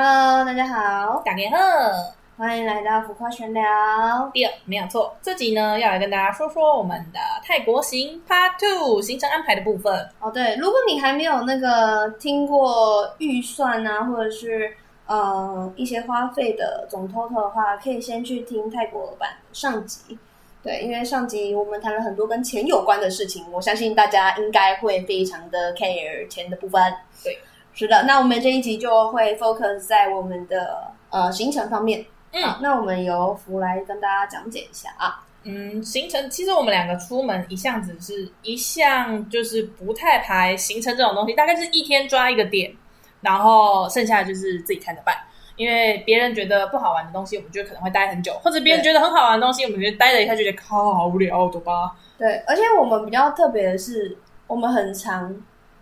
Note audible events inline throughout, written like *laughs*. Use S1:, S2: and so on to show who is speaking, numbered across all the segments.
S1: Hello，大家好，
S2: 打给贺
S1: 欢迎来到浮夸闲聊。
S2: 第二没有错。这集呢要来跟大家说说我们的泰国行 Part Two 行程安排的部分。
S1: 哦，对，如果你还没有那个听过预算啊，或者是呃一些花费的总 total 的话，可以先去听泰国版上集。对，因为上集我们谈了很多跟钱有关的事情，我相信大家应该会非常的 care 钱的部分。
S2: 对，
S1: 是的。那我们这一集就会 focus 在我们的呃行程方面。
S2: 嗯
S1: 好那我们由福来跟大家讲解一下啊。
S2: 嗯，行程其实我们两个出门一向只是一向就是不太排行程这种东西，大概是一天抓一个点，然后剩下的就是自己看着办。因为别人觉得不好玩的东西，我们就可能会待很久；或者别人
S1: 对
S2: 觉得很好玩的东西，我们觉得待了一下就觉得靠好无聊，懂吧？
S1: 对，而且我们比较特别的是，我们很常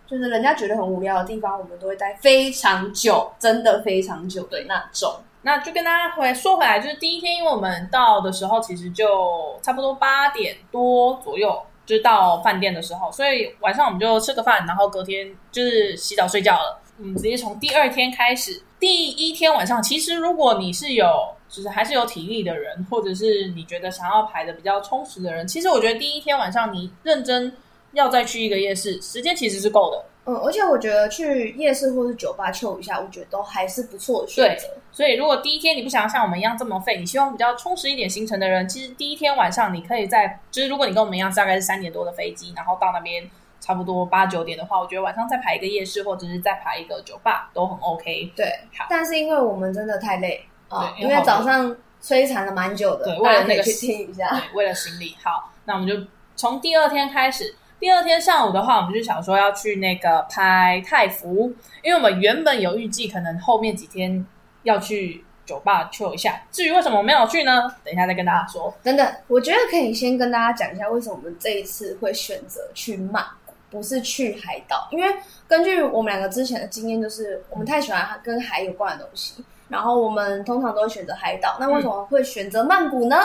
S1: 就是人家觉得很无聊的地方，我们都会待非常久，真的非常久的那种。
S2: 那就跟大家回说回来，就是第一天，因为我们到的时候其实就差不多八点多左右，就是到饭店的时候，所以晚上我们就吃个饭，然后隔天就是洗澡睡觉了。嗯，直接从第二天开始，第一天晚上，其实如果你是有就是还是有体力的人，或者是你觉得想要排的比较充实的人，其实我觉得第一天晚上你认真要再去一个夜市，时间其实是够的。
S1: 嗯，而且我觉得去夜市或是酒吧 chill 一下，我觉得都还是不错的选择。
S2: 所以，如果第一天你不想要像我们一样这么废，你希望比较充实一点行程的人，其实第一天晚上你可以在，就是如果你跟我们一样，大概是三点多的飞机，然后到那边差不多八九点的话，我觉得晚上再排一个夜市，或者是再排一个酒吧都很 OK。
S1: 对
S2: 好
S1: 但是因为我们真的太累啊，
S2: 对
S1: 因
S2: 因为
S1: 为
S2: 好
S1: 早上摧残了蛮久的，
S2: 对
S1: 大
S2: 为
S1: 家
S2: 了
S1: 可
S2: 那
S1: 以
S2: 个
S1: 去听一下。
S2: 对，为了行李，好，那我们就从第二天开始。第二天上午的话，我们就想说要去那个拍泰服，因为我们原本有预计可能后面几天要去酒吧 chill 一下。至于为什么我没有去呢？等一下再跟大家说。
S1: 等等，我觉得可以先跟大家讲一下为什么我们这一次会选择去曼谷，不是去海岛，因为根据我们两个之前的经验，就是我们太喜欢跟海有关的东西，然后我们通常都会选择海岛。那为什么会选择曼谷呢？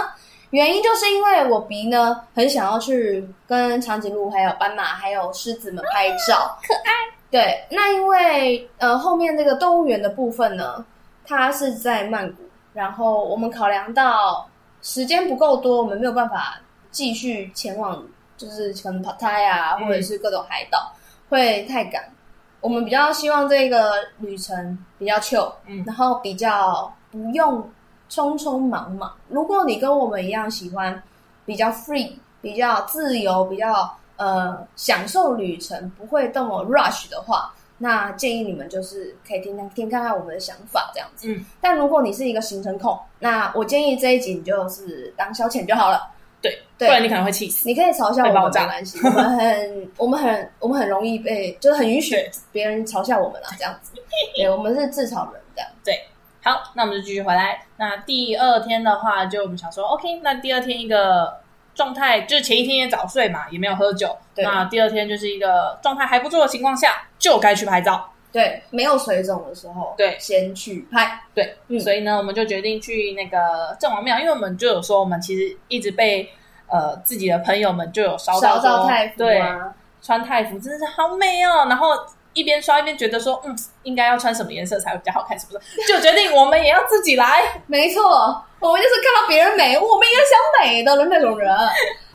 S1: 原因就是因为我鼻呢很想要去跟长颈鹿、还有斑马、还有狮子们拍照，可爱。对，那因为呃后面这个动物园的部分呢，它是在曼谷，然后我们考量到时间不够多，我们没有办法继续前往，就是可能 p a t t a y 啊，
S2: 嗯
S1: 或者是各种海岛，会太赶。我们比较希望这个旅程比较 chill，
S2: 嗯
S1: 然后比较不用匆匆忙忙。如果你跟我们一样喜欢比较 free、比较自由、比较呃享受旅程，不会这么 rush 的话，那建议你们就是可以听听听看看我们的想法这样子。
S2: 嗯，
S1: 但如果你是一个行程控，那我建议这一集你就是当消遣就好了。
S2: 对，
S1: 对
S2: 不然你可能会气死。
S1: 你可以嘲笑我们
S2: 被爆炸
S1: 没关系，我们很、我们很、我们很容易被，就是很允许别人嘲笑我们啦，这样子。对，我们是自嘲人这样。
S2: 好，那我们就继续回来。那第二天的话，就我们想说，OK，那第二天一个状态，就是前一天也早睡嘛，也没有喝酒。
S1: 对
S2: 那第二天就是一个状态还不错的情况下，就该去拍照。
S1: 对，没有水肿的时候，
S2: 对
S1: 先去拍。
S2: 对，
S1: 嗯
S2: 所以呢，我们就决定去那个郑王庙，因为我们就有说，我们其实一直被呃自己的朋友们就有烧
S1: 烧
S2: 到
S1: 到
S2: 说
S1: 太服
S2: 对，
S1: 啊，
S2: 穿泰服真的是好美哦。然后一边刷一边觉得说，嗯，应该要穿什么颜色才会比较好看，是不是？就决定我们也要自己来。
S1: 没错，我们就是看到别人美，我们也想美的那种人。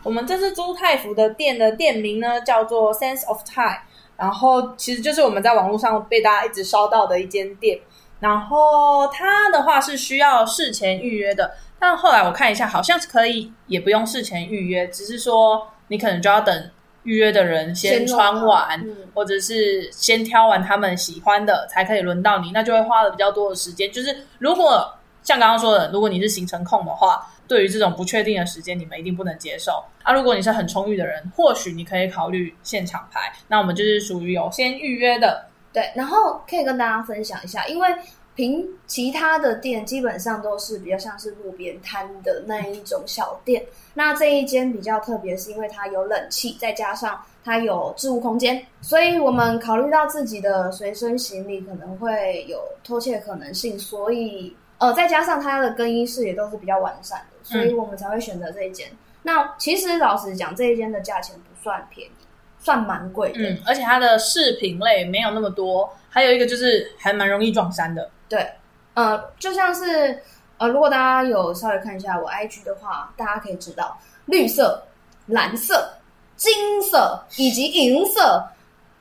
S2: 我们这次租泰服的店的店名呢，叫做 Sense of Thai，然后其实就是我们在网络上被大家一直烧到的一间店。然后它的话是需要事前预约的，但后来我看一下，好像是可以，也不用事前预约，只是说你可能就要等预约的人先
S1: 弄
S2: 穿
S1: 好
S2: 完，
S1: 嗯
S2: 或者是先挑完他们喜欢的，才可以轮到你，那就会花了比较多的时间。就是如果像刚刚说的，如果你是行程控的话，对于这种不确定的时间，你们一定不能接受。啊，如果你是很充裕的人，或许你可以考虑现场排。那我们就是属于有先预约的，
S1: 对，然后可以跟大家分享一下，因为平其他的店基本上都是比较像是路边摊的那一种小店，那这一间比较特别，是因为它有冷气，再加上它有置物空间，所以我们考虑到自己的随身行李可能会有偷窃可能性，所以呃，再加上它的更衣室也都是比较完善的，所以我们才会选择这一间。那其实老实讲，这一间的价钱不算便宜，算蛮贵的。
S2: 嗯，而且它的饰品类没有那么多，还有一个就是还蛮容易撞衫的。
S1: 对，呃，就像是呃，如果大家有稍微看一下我 IG 的话，大家可以知道绿色、蓝色、金色以及银色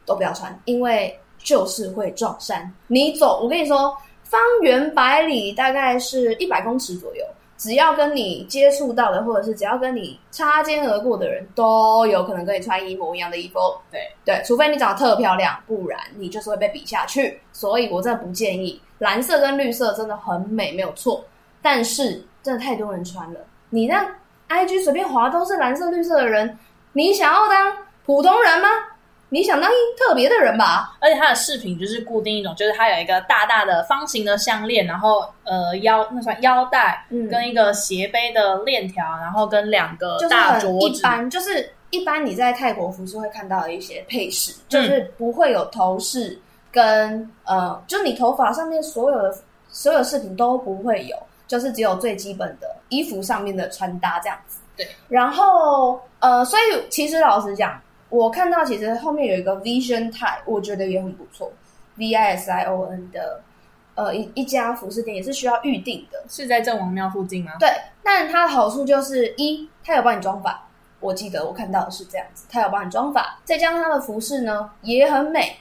S1: 都不要穿，因为就是会撞衫。你走，我跟你说，方圆百里大概是一百公尺左右。只要跟你接触到的，或者是只要跟你擦肩而过的人，都有可能跟你穿一模一样的衣服。哦
S2: 对
S1: 对，除非你长得特漂亮，不然你就是会被比下去。所以我真的不建议。蓝色跟绿色真的很美，没有错，但是真的太多人穿了。你让 IG 随便滑都是蓝色、绿色的人，你想要当普通人吗？你想当一特别的人吧？
S2: 而且它的饰品就是固定一种，就是它有一个大大的方形的项链，然后呃腰那算腰带，
S1: 嗯
S2: 跟一个斜背的链条，然后跟两个
S1: 就是
S2: 大
S1: 很
S2: 镯
S1: 一
S2: 子。
S1: 般，就是一般你在泰国服饰会看到的一些配饰，
S2: 嗯
S1: 就是不会有头饰跟呃，就你头发上面所有的所有饰品都不会有，就是只有最基本的衣服上面的穿搭这样子。
S2: 对，
S1: 然后呃，所以其实老实讲，我看到其实后面有一个 Vision t i 我觉得也很不错，V I S I O N 的呃一一家服饰店也是需要预定的，
S2: 是在郑王庙附近吗？
S1: 对，但它的好处就是一，它有帮你装法，我记得我看到的是这样子，它有帮你装法，再加上它的服饰呢也很美。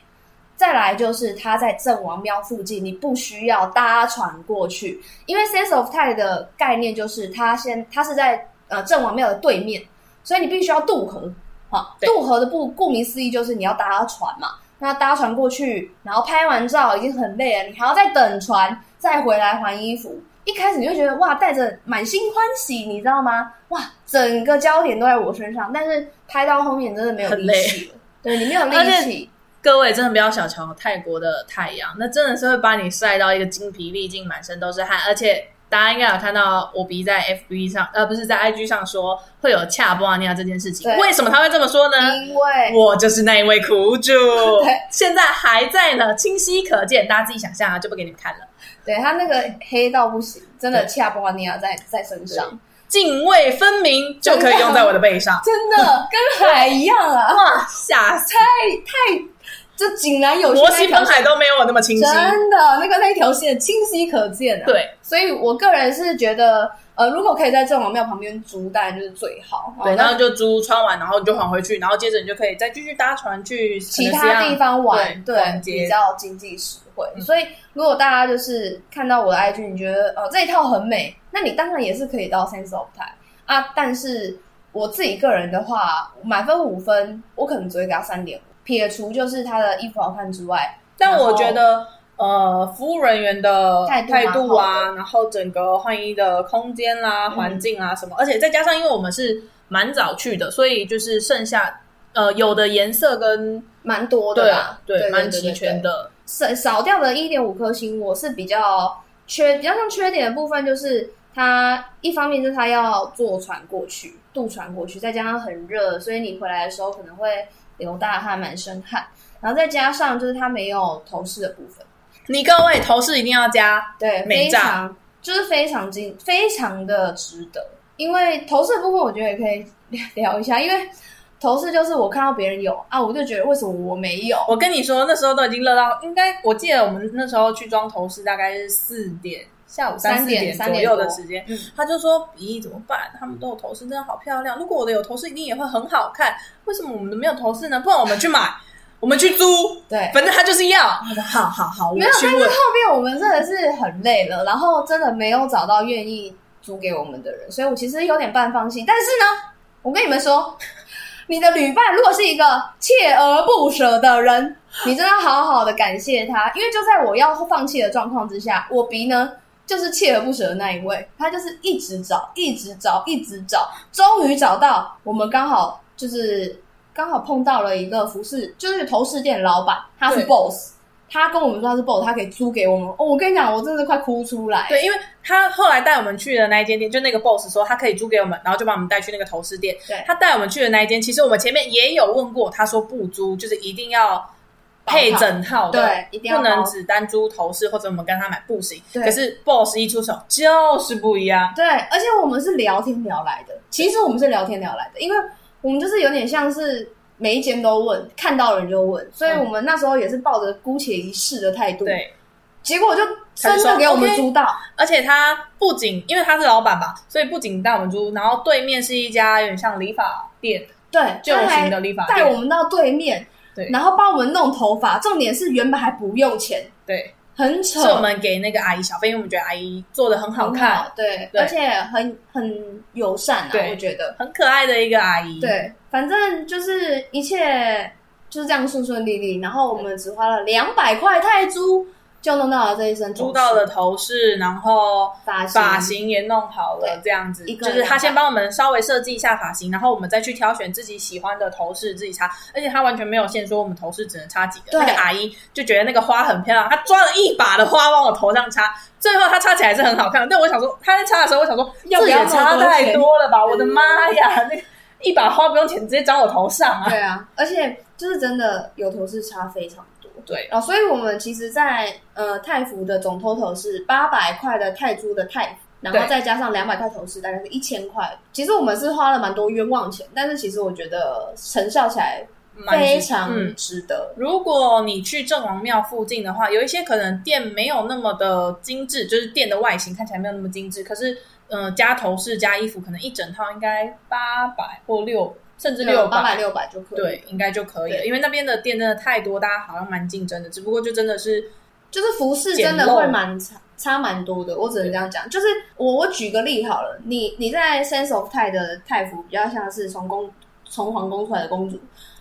S1: 再来就是它在郑王庙附近，你不需要搭船过去，因为 Sense of Thai 的概念就是它先它是在呃郑王庙的对面，所以你必须要渡河。好，
S2: 对
S1: 渡河的不顾名思义就是你要搭船嘛，那搭船过去，然后拍完照已经很累了，你还要再等船，再回来还衣服。一开始你就觉得哇，带着满心欢喜，你知道吗？哇，整个焦点都在我身上，但是拍到后面真的没有
S2: 很
S1: 力气了，对你没有力
S2: 而且
S1: 气，
S2: 各位真的不要小瞧泰国的太阳，那真的是会把你晒到一个精疲力尽、满身都是汗。而且大家应该有看到我鼻在 FB 上，呃，不是在 IG 上说会有恰布阿尼亚这件事情。
S1: 对
S2: 为什么他会这么说呢？
S1: 因为
S2: 我就是那一位苦主
S1: *laughs* 对，
S2: 现在还在呢，清晰可见，大家自己想象啊，就不给你们看了。
S1: 对他那个黑到不行，真的
S2: 对
S1: 恰布瓦尼亚在在身上，
S2: 泾渭分明就可以用在我的
S1: *laughs*
S2: 背上，
S1: 真的跟海一样
S2: *laughs*
S1: 啊！
S2: 哇，吓死！
S1: 这井然有序
S2: 摩
S1: 那一
S2: 西
S1: 条
S2: 分海都没有我那么清晰。
S1: 真的，那个那条线清晰可见、啊。，
S2: 对，
S1: 所以我个人是觉得，呃，如果可以在郑王庙旁边租，当然就是最好。
S2: 对，
S1: 哦
S2: 然后就租穿完，然后你就还回去，然后接着你就可以再继续搭船去啊
S1: 其他地方玩，
S2: 对
S1: 对，
S2: 逛街
S1: 比较经济实惠。
S2: 嗯
S1: 所以如果大家就是看到我的 IG，你觉得呃这一套很美，那你当然也是可以到 Sense of Time 啊。但是我自己个人的话，满分五分，我可能只会给他三点五。撇除就是他的衣服好看之外，
S2: 但我觉得，呃，服务人员的
S1: 态度
S2: 态
S1: 蛮
S2: 度
S1: 好
S2: 啊，然后整个换衣的空间啦、
S1: 嗯
S2: 环境啊什么，而且再加上，因为我们是蛮早去的，所以就是剩下呃有的颜色跟
S1: 蛮多的
S2: 对
S1: 啦，
S2: 对蛮齐
S1: 的。啊对
S2: 全的，
S1: 少少掉的一点五颗星，我是比较缺比较像缺点的部分，就是它一方面就是它要坐船过去，渡船过去，再加上很热，所以你回来的时候可能会流大汗、满身汗，然后再加上就是它没有头饰的部分，
S2: 你各位头饰一定要加，
S1: 对，
S2: 美
S1: 非
S2: 炸
S1: 常就是非常精，非常的值得。因为头饰的部分，我觉得也可以聊聊一下，因为头饰就是我看到别人有啊，我就觉得为什么我没有？
S2: 我跟你说，那时候都已经热到，应该我记得我们那时候去装头饰大概是四点，下午三
S1: 三
S2: 四
S1: 点
S2: 左
S1: 三点
S2: 右的
S1: 多
S2: 时间。
S1: 嗯
S2: 他就说：“咦，怎么办？他们都有头饰，真的好漂亮。如果我的有头饰，一定也会很好看。为什么我们的没有头饰呢？不然我们去买，我们去租，
S1: 对，
S2: 反正他就是要。”他说：“好好好，我
S1: 没有
S2: 去问。
S1: 后面我们真的是很累了，然后真的没有找到愿意租给我们的人，所以我其实有点半放弃。但是呢，我跟你们说，你的旅伴如果是一个锲而不舍的人，你真的好好的感谢他，因为就在我要放弃的状况之下，我鼻呢。就是锲而不舍的那一位，他就是一直找，一直找，一直找，终于找到。我们刚好就是刚好碰到了一个服饰，就是头饰店的老板，他是
S2: 对
S1: boss，他跟我们说他是 boss，他可以租给我们。哦，我跟你讲，我真的快哭出来。
S2: 对，因为他后来带我们去的那一间店，就那个 boss 说他可以租给我们，然后就把我们带去那个头饰店。
S1: 对
S2: 他带我们去的那一间，其实我们前面也有问过，他说不租，就是一定要配整套的，
S1: 包套对一定要
S2: 不能
S1: 包
S2: 只单租头饰或者我们跟他买不行。
S1: 对
S2: 可是 boss 一出手就是不一样，
S1: 对，而且我们是聊天聊来的，其实我们是聊天聊来的，因为我们就是有点像是每一嗯间都问，看到人就问，所以我们那时候也是抱着姑且一试的态度。
S2: 嗯对，
S1: 结果就真的给我们租到，
S2: 而且他不仅因为他是老板嘛，所以不仅带我们租，然后对面是一家有点像理发店，
S1: 对，
S2: 旧
S1: 他还
S2: 型的理发
S1: 带
S2: 店，
S1: 我们到对面，
S2: 对
S1: 然后帮我们弄头发，重点是原本还不用钱，
S2: 对，
S1: 很
S2: 是
S1: 扯，
S2: 我们给那个阿姨小费，因为我们觉得阿姨做的很好看，
S1: 很，对，
S2: 对
S1: 而且很很友善啊，
S2: 对
S1: 我觉得，
S2: 很可爱的一个阿姨，，
S1: 对，反正就是一切就是这样顺顺利利，然后我们只花了两百块泰铢就弄到了这一身头饰，
S2: 租到了头饰，然后
S1: 发型，
S2: 发型也弄好了，这样子
S1: 一个
S2: 就是他先帮我们稍微设计一下发型，然后我们再去挑选自己喜欢的头饰自己插，而且他完全没有限说我们头饰只能插几个。
S1: 对
S2: 那个阿姨就觉得那个花很漂亮，她抓了一把的花往我头上插，最后她插起来是很好看的，但我想说她在插的时候，我想说
S1: 要不要
S2: 这也插
S1: 那么多
S2: 太
S1: 钱
S2: 多嗯了吧？我的妈呀，那一把花不用钱直接长我头上啊！
S1: 对啊，而且就是真的有头饰差非常多。
S2: 对，
S1: 然后所以我们其实在，呃泰服的总 total 是八百块的泰铢的泰服，然后
S2: 对
S1: 再加上两百块头饰，大概是一千块。其实我们是花了蛮多冤枉钱，但是其实我觉得成效起来
S2: 蛮值
S1: 非常
S2: 嗯
S1: 值得。
S2: 如果你去郑王庙附近的话，有一些可能店没有那么的精致，就是店的外形看起来没有那么精致，可是，呃，加头饰加衣服，可能一整套应该八百或六，甚至六
S1: 八百六百就可以，，
S2: 对，应该就可以了。
S1: 对
S2: 因为那边的店真的太多，大家好像蛮竞争的，只不过就真的是
S1: 就是服饰真的会蛮差差蛮多的，我只能这样讲。就是我我举个例好了，你你在 Sense of 泰的泰服比较像是从公从皇宫出来的公主，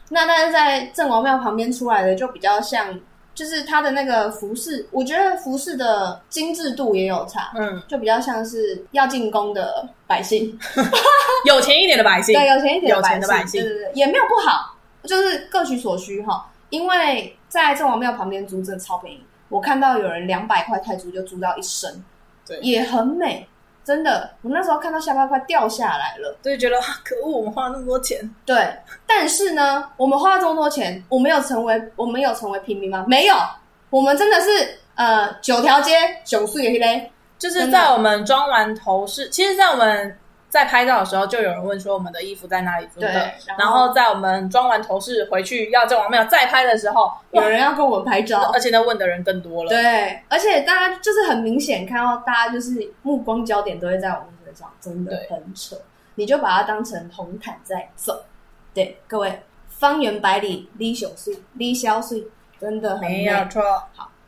S1: 那但是在郑王庙旁边出来的就比较像，就是它的那个服饰，我觉得服饰的精致度也有差，
S2: 嗯，
S1: 就比较像是要进宫的百姓，
S2: 有钱一点的百姓，
S1: 对，有钱一点
S2: 有钱的
S1: 百
S2: 百姓
S1: 对对对，也没有不好，就是各取所需哈。因为在郑王庙旁边租真的超便宜，我看到有人两百块泰铢就租到一身，
S2: 对
S1: 也很美，真的。我那时候看到下巴快掉下来了。
S2: 就觉得啊可恶，我们花了那么多钱，
S1: 对，但是呢，我们花了这么多钱，我们有成为我们有成为平民吗？没有，我们真的是呃九条街九树也嘞，
S2: 就是
S1: 真的
S2: 在我们装完头饰，其实，在我们在拍照的时候，就有人问说我们的衣服在哪里租
S1: 对
S2: 的，，然
S1: 然后
S2: 后在我们装完头饰回去要在王庙再拍的时候，哇
S1: 有，人要跟我们拍照，
S2: 而且呢问的人更多了。
S1: 对，而且大家就是很明显看到，大家就是目光焦点都会在我们身上，真的
S2: 对
S1: 很扯。你就把它当成红毯在走。对，各位，方圆百里，立朽碎，立消碎，真的很
S2: 没
S1: 美
S2: 有错，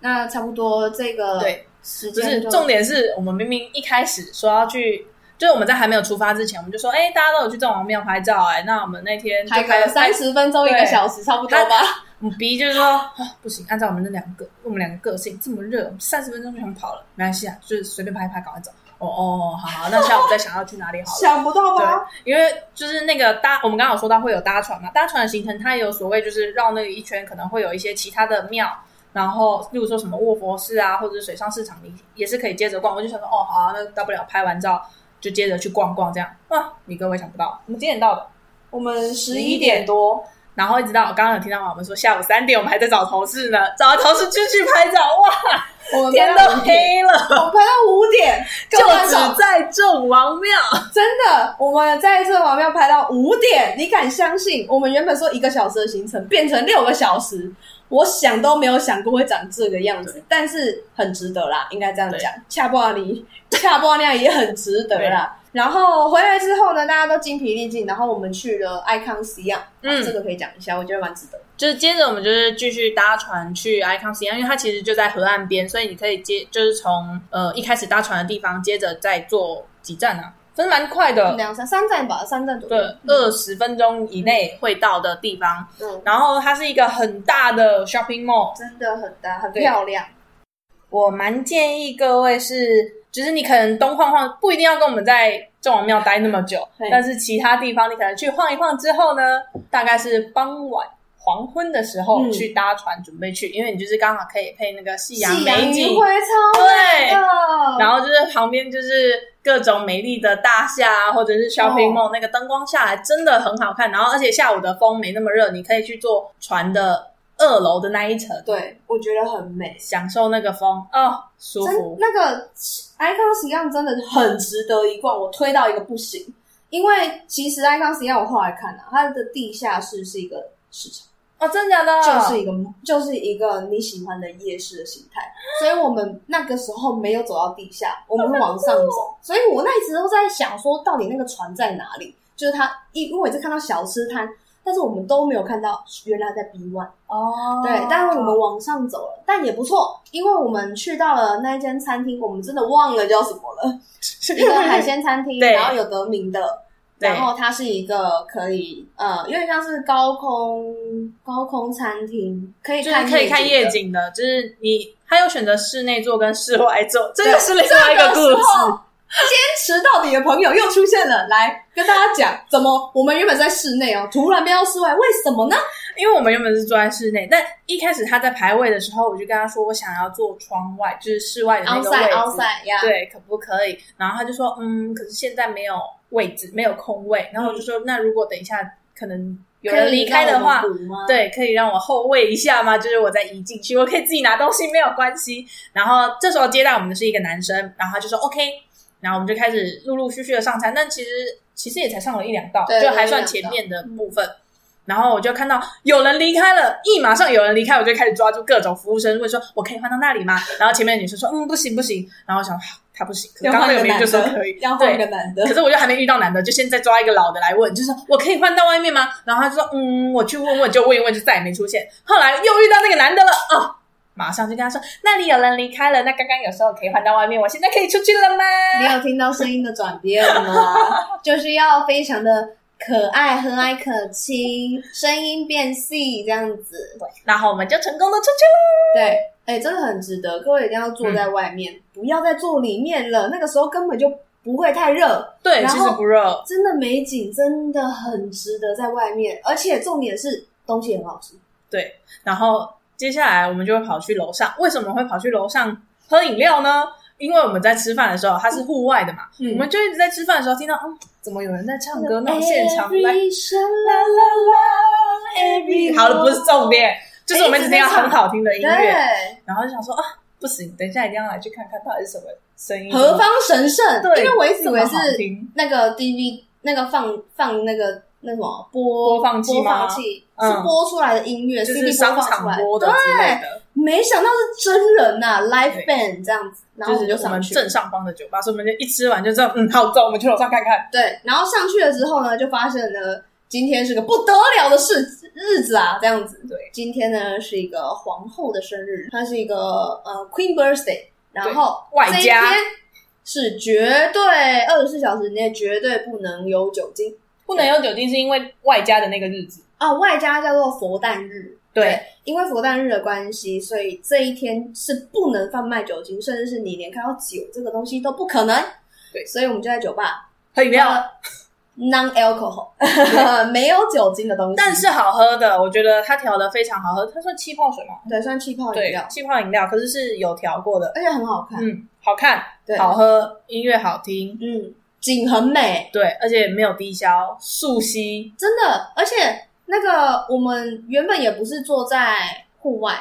S1: 那差不多这个
S2: 对，
S1: 时
S2: 不
S1: 间
S2: 是
S1: 就
S2: 重点是我们明明一开始说要去，就是我们在还没有出发之前，我们就说，哎，大家都有去郑王庙拍照，哎，那我们那天就
S1: 还
S2: 拍
S1: 有三，十分钟一个
S2: 对
S1: 小时，差不多吧？
S2: 我 B 就是说、啊不行，按照我们那两个，我们两个个性这么热，三十分钟就想跑了，没关系啊，就是随便拍一拍，赶快走。哦哦，好好，那下午再想要去
S1: *laughs*
S2: 哪里好了。
S1: 想不到吧？
S2: 对，因为就是那个搭，我们刚刚有说到会有搭船嘛，搭船的行程它也有所谓，就是绕那个一圈，可能会有一些其他的庙，然后例如说什么卧佛寺啊，或者是水上市场，你也是可以接着逛。我就想说，哦，好、啊，那大不了拍完照就接着去逛逛这样。哇，你各位想不到，我们几点到的？
S1: 我们十一
S2: 点
S1: 点
S2: 多。然后一直到刚刚有听到嘛，我们说下午三点，我们还在找同事呢，找同事出去拍照，哇，
S1: 我们
S2: 天
S1: 拍
S2: 都
S1: 到五点，
S2: 黑了，
S1: 我们拍到五点，
S2: 就
S1: 各位观众
S2: 只在郑王庙。
S1: 真的，我们在这方面拍到五点，你敢相信？我们原本说一个小时的行程变成六个小时，我想都没有想过会长这个样子，但是很值得啦，应该这样讲。恰巴尼，恰巴那也很值得啦。然后回来之后呢，大家都精疲力尽，然后我们去了爱康西亚，
S2: 嗯
S1: 这个可以讲一下，我觉得蛮值得。
S2: 就是接着我们就是继续搭船去 Icon Sea，因为它其实就在河岸边，所以你可以接就是从呃一开始搭船的地方，接着再坐几站啊，分蛮快的，
S1: 两三三站吧，三站左
S2: 对
S1: 右。，
S2: 二十分钟以内会到的地方。
S1: 嗯，
S2: 然后它是一个很大的 shopping mall，
S1: 真的很大，很
S2: 对
S1: 漂亮。
S2: 我蛮建议各位是，就是你可能东晃晃，不一定要跟我们在郑王庙待那么久
S1: 对，
S2: 但是其他地方你可能去晃一晃之后呢，大概是傍晚。黄昏的时候
S1: 嗯
S2: 去搭船准备去，因为你就是刚好可以配那个夕阳
S1: 夕阳
S2: 美
S1: 余
S2: 景，
S1: 晖超美
S2: 对
S1: 的，，
S2: 然后就是旁边就是各种美丽的大厦啊，或者是
S1: 哦
S2: shopping mall，、那个灯光下来真的很好看。然后而且下午的风没那么热，你可以去坐船的二楼的那一层，，
S1: 对我觉得很美。
S2: 享受那个风哦，舒
S1: 真
S2: 服。
S1: 那个 Icon 实际上真的很值得一逛，我推到一个不行。因为其实 Icon 实际上我后来看啊，它的地下室是一个市场，
S2: 哦，真的假的？
S1: 就是一个就是一个你喜欢的夜市的形态，所以我们那个时候没有走到地下，我们是往上走。所以我那一直都在想说，到底那个船在哪里？就是它，因因为我一直看到小吃摊，但是我们都没有看到原来在 B one。
S2: 哦，
S1: 对，但是我们往上走了，但也不错，因为我们去到了那间餐厅，我们真的忘了叫什么
S2: *laughs*
S1: 了，是一个海鲜餐厅，
S2: 对
S1: 然后有得名的，
S2: 对
S1: 然后它是一个可以呃，有点像是高空高空餐厅，可以
S2: 就是
S1: 看
S2: 可以看夜
S1: 的。
S2: 景的，就是你还有选择室内做跟室外做， *laughs* 这
S1: 对
S2: 又是另外一个故
S1: 这
S2: 事
S1: 个时。候坚持到底的朋友又出现了，来跟大家讲，怎么我们原本在室内哦，突然变到室外，为什么呢？
S2: 因为我们原本是坐在室内，但一开始他在排位的时候，我就跟他说我想要坐窗外，就是室外的那个位
S1: outside
S2: 置。
S1: outside 呀，
S2: 对，可不可以？然后他就说，嗯，可是现在没有位置，没有空位。然后我就说，那如果等一下可能有人离开的话
S1: 可以，让我们补吗，
S2: 对，可以让我后位一下吗？ *laughs* 就是我再移进去，我可以自己拿东西，没有关系。然后这时候接待我们的是一个男生，然后他就说 OK，然后我们就开始陆陆续续的上餐，但其实其实也才上了一两道，
S1: 对
S2: 就还算前面的部分。然后我就看到有人离开了，一马上有人离开，我就开始抓住各种服务生问说：“我可以换到那里吗？”然后前面的女生说：“嗯，不行不行。”然后我想啊他不行，可是
S1: 要
S2: 刚刚
S1: 换
S2: 那
S1: 一
S2: 个
S1: 个
S2: 名
S1: 男
S2: 就说
S1: 的
S2: 可以，，
S1: 要
S2: 对
S1: 换一个男的
S2: *laughs* 可。是我就还没遇到男的，就现在抓一个老的来问，就是我可以换到外面吗？然后他就说，嗯，我去问问，就问一问，就再也没出现。后来又遇到那个男的了，哦，马上就跟他说，那里有人离开了，那刚刚有时候可以换到外面，我现在可以出去了吗？
S1: 你有听到声音的转变吗？就是要非常的可爱、和蔼可亲，声音变细这样子。
S2: 然后我们就成功的出去
S1: 对，哎、真的很值得，各位一定要坐在外面，
S2: 嗯
S1: 不要再坐里面了。那个时候根本就不会太热，
S2: 了。对，
S1: 然后
S2: 其实不热，
S1: 真的美景真的很值得在外面，而且重点是东西很好吃。
S2: 然后接下来我们就会跑去楼上。为什么会跑去楼上喝饮料呢？因为我们在吃饭的时候，它是户外的嘛，
S1: 嗯
S2: 我们就一直在吃饭的时候听到，嗯，怎么有人在唱歌？那种现场
S1: 哎 Every
S2: 来
S1: shalala, every
S2: *laughs* 好了，不是重点，就是
S1: 哎
S2: 我们一直听到很好听的音乐，
S1: 对，
S2: 然后就想说啊，不行，等一下一定要来去看看到底是什么声音，
S1: 何方神圣？
S2: 嗯对，
S1: 因为我一直以为
S2: 这么好
S1: 是
S2: 听
S1: 那个 DV 那个放放那个那什么播
S2: 播放器
S1: 播
S2: 吗
S1: 放器、
S2: 嗯
S1: 是播出来的音乐，
S2: 就
S1: CD
S2: 是商
S1: 放出
S2: 场
S1: 来
S2: 播的之类的，
S1: 没想到是真人呐、l i v
S2: 对
S1: e band 这样子，然后
S2: 就
S1: 我们
S2: 是
S1: 就
S2: 我
S1: 上
S2: 们
S1: 去。
S2: 正上方的酒吧，所以我们就一吃完就知道，嗯，好走，我们去楼上看看。
S1: 对，然后上去了之后呢，就发现呢，今天是个不得了的事日子啊，这样子。
S2: 对，
S1: 今天呢是一个皇后的生日，它是一个呃 Queen Birthday，然后
S2: 外
S1: 这一
S2: 加
S1: 天是绝对二十四小时内绝对不能有酒精
S2: 不能有酒精是因为外加的那个日子，
S1: 啊，外加叫做佛诞日。
S2: 对，
S1: 因为佛诞日的关系，所以这一天是不能贩卖酒精，甚至是你连看到酒这个东西都不可能。
S2: 对
S1: 所以我们就在酒吧
S2: 喝饮料，
S1: non alcohol，没有 *laughs* 酒精的东西，
S2: 但是好喝的，我觉得它调的非常好喝，它算气泡水嘛，
S1: 对算气泡哦饮
S2: 对
S1: 料，，
S2: 气泡饮料，可是是有调过的，
S1: 而且很好看，
S2: 嗯，好看，
S1: 对，
S2: 好喝，音乐好听，
S1: 嗯，景很美，
S2: 对，而且没有低消，溯溪，
S1: 真的，而且那个我们原本也不是坐在户外，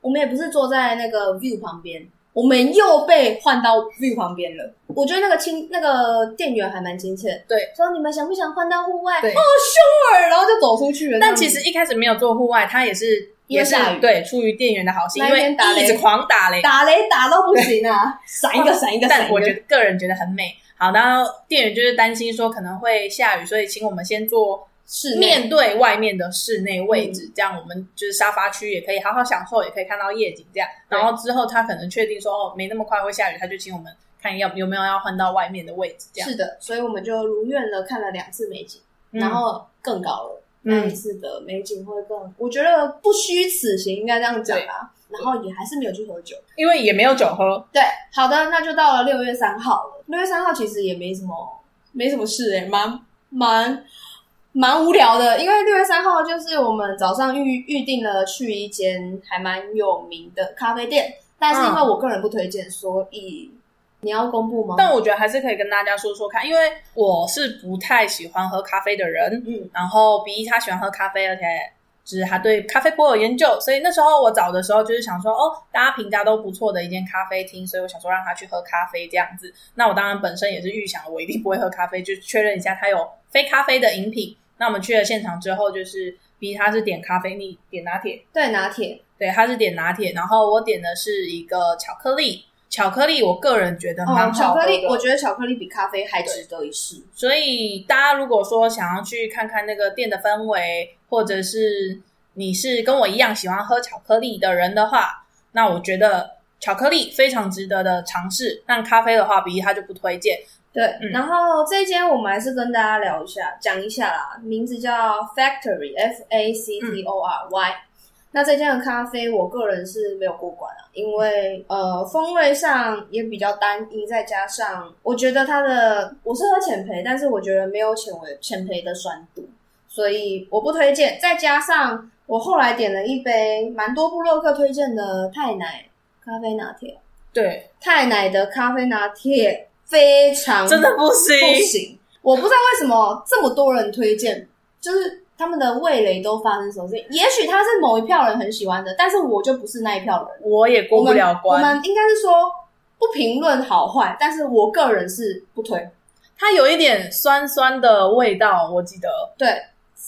S1: 我们也不是坐在那个 view 旁边。我们又被换到 view 旁边了。我觉得那个亲那个店员还蛮亲切的，
S2: 对
S1: 说你们想不想换到户外？
S2: 对
S1: 哦，sure，然后就走出去了。
S2: 但其实一开始没有做户外，他也是
S1: 因为
S2: 也是
S1: 下雨
S2: 对，出于店员的好心，
S1: 那
S2: 因
S1: 一
S2: 为
S1: 天打雷
S2: 一直狂打雷，
S1: 打雷打到不行
S2: *laughs*
S1: 啊，闪一个闪一个闪
S2: 但
S1: 一
S2: 我觉
S1: 个。
S2: 得个人觉得很美。好，然后店员就是担心说可能会下雨，所以请我们先做
S1: 室内嗯
S2: 面对外面的室内位置，这样我们就是沙发区也可以好好享受，也可以看到夜景这样。
S1: 对
S2: 然后之后他可能确定说哦没那么快会下雨，他就请我们看要有没有要换到外面的位置这样。
S1: 是的，所以我们就如愿的看了两次美景，
S2: 嗯
S1: 然后更高了。那一
S2: 嗯，
S1: 次的美景会更，我觉得不虚此行，应该这样讲啦。然后也还是没有去喝酒。
S2: 因为也没有酒喝，
S1: 对，好的，那就到了六月三号了。六月三号其实也没什么，没什么事诶、蛮蛮蛮无聊的。因为六月三号就是我们早上预预定了去一间还蛮有名的咖啡店，但是因为我个人不推荐，所以你要公布吗？
S2: 嗯但我觉得还是可以跟大家说说看，因为我是不太喜欢喝咖啡的人，
S1: 嗯，
S2: 然后 B 他喜欢喝咖啡，而且就是他对咖啡颇有研究，所以那时候我找的时候就是想说，哦，大家评价都不错的一间咖啡厅，所以我想说让他去喝咖啡这样子。那我当然本身也是预想我一定不会喝咖啡，就确认一下他有非咖啡的饮品。那我们去了现场之后，就是 B B 他是点咖啡，你点拿铁，
S1: 对拿铁，
S2: 对，他是点拿铁，然后我点的是一个巧克力，巧克力我个人觉得蛮
S1: 哦，巧
S2: 好喝
S1: 克
S2: 的，
S1: 力，我觉得巧克力比咖啡还值得一试。
S2: 所以大家如果说想要去看看那个店的氛围，或者是你是跟我一样喜欢喝巧克力的人的话，那我觉得巧克力非常值得的尝试。但咖啡的话，比利他就不推荐。
S1: 对，
S2: 嗯
S1: 然后这一间我们还是跟大家聊一下，讲一下啦，名字叫 Factory F A C T O R Y。那这间的咖啡，我个人是没有过关啊，因为呃风味上也比较单一，再加上我觉得它的我是喝浅焙，但是我觉得没有浅焙浅焙的酸度，所以我不推荐。再加上我后来点了一杯蛮多布洛克推荐的泰奶咖啡拿铁，
S2: 对，
S1: 泰奶的咖啡拿铁非常
S2: 真的不行。
S1: 不行。我不知道为什么这么多人推荐，就是他们的味蕾都发生什么事情。也许他是某一票人很喜欢的，但是我就不是那一票人。
S2: 我也过
S1: 我
S2: 不
S1: 们
S2: 了
S1: 我
S2: 关。
S1: 们应该是说不评论好坏，但是我个人是不推。
S2: 它有一点酸酸的味道，我记得。
S1: 对，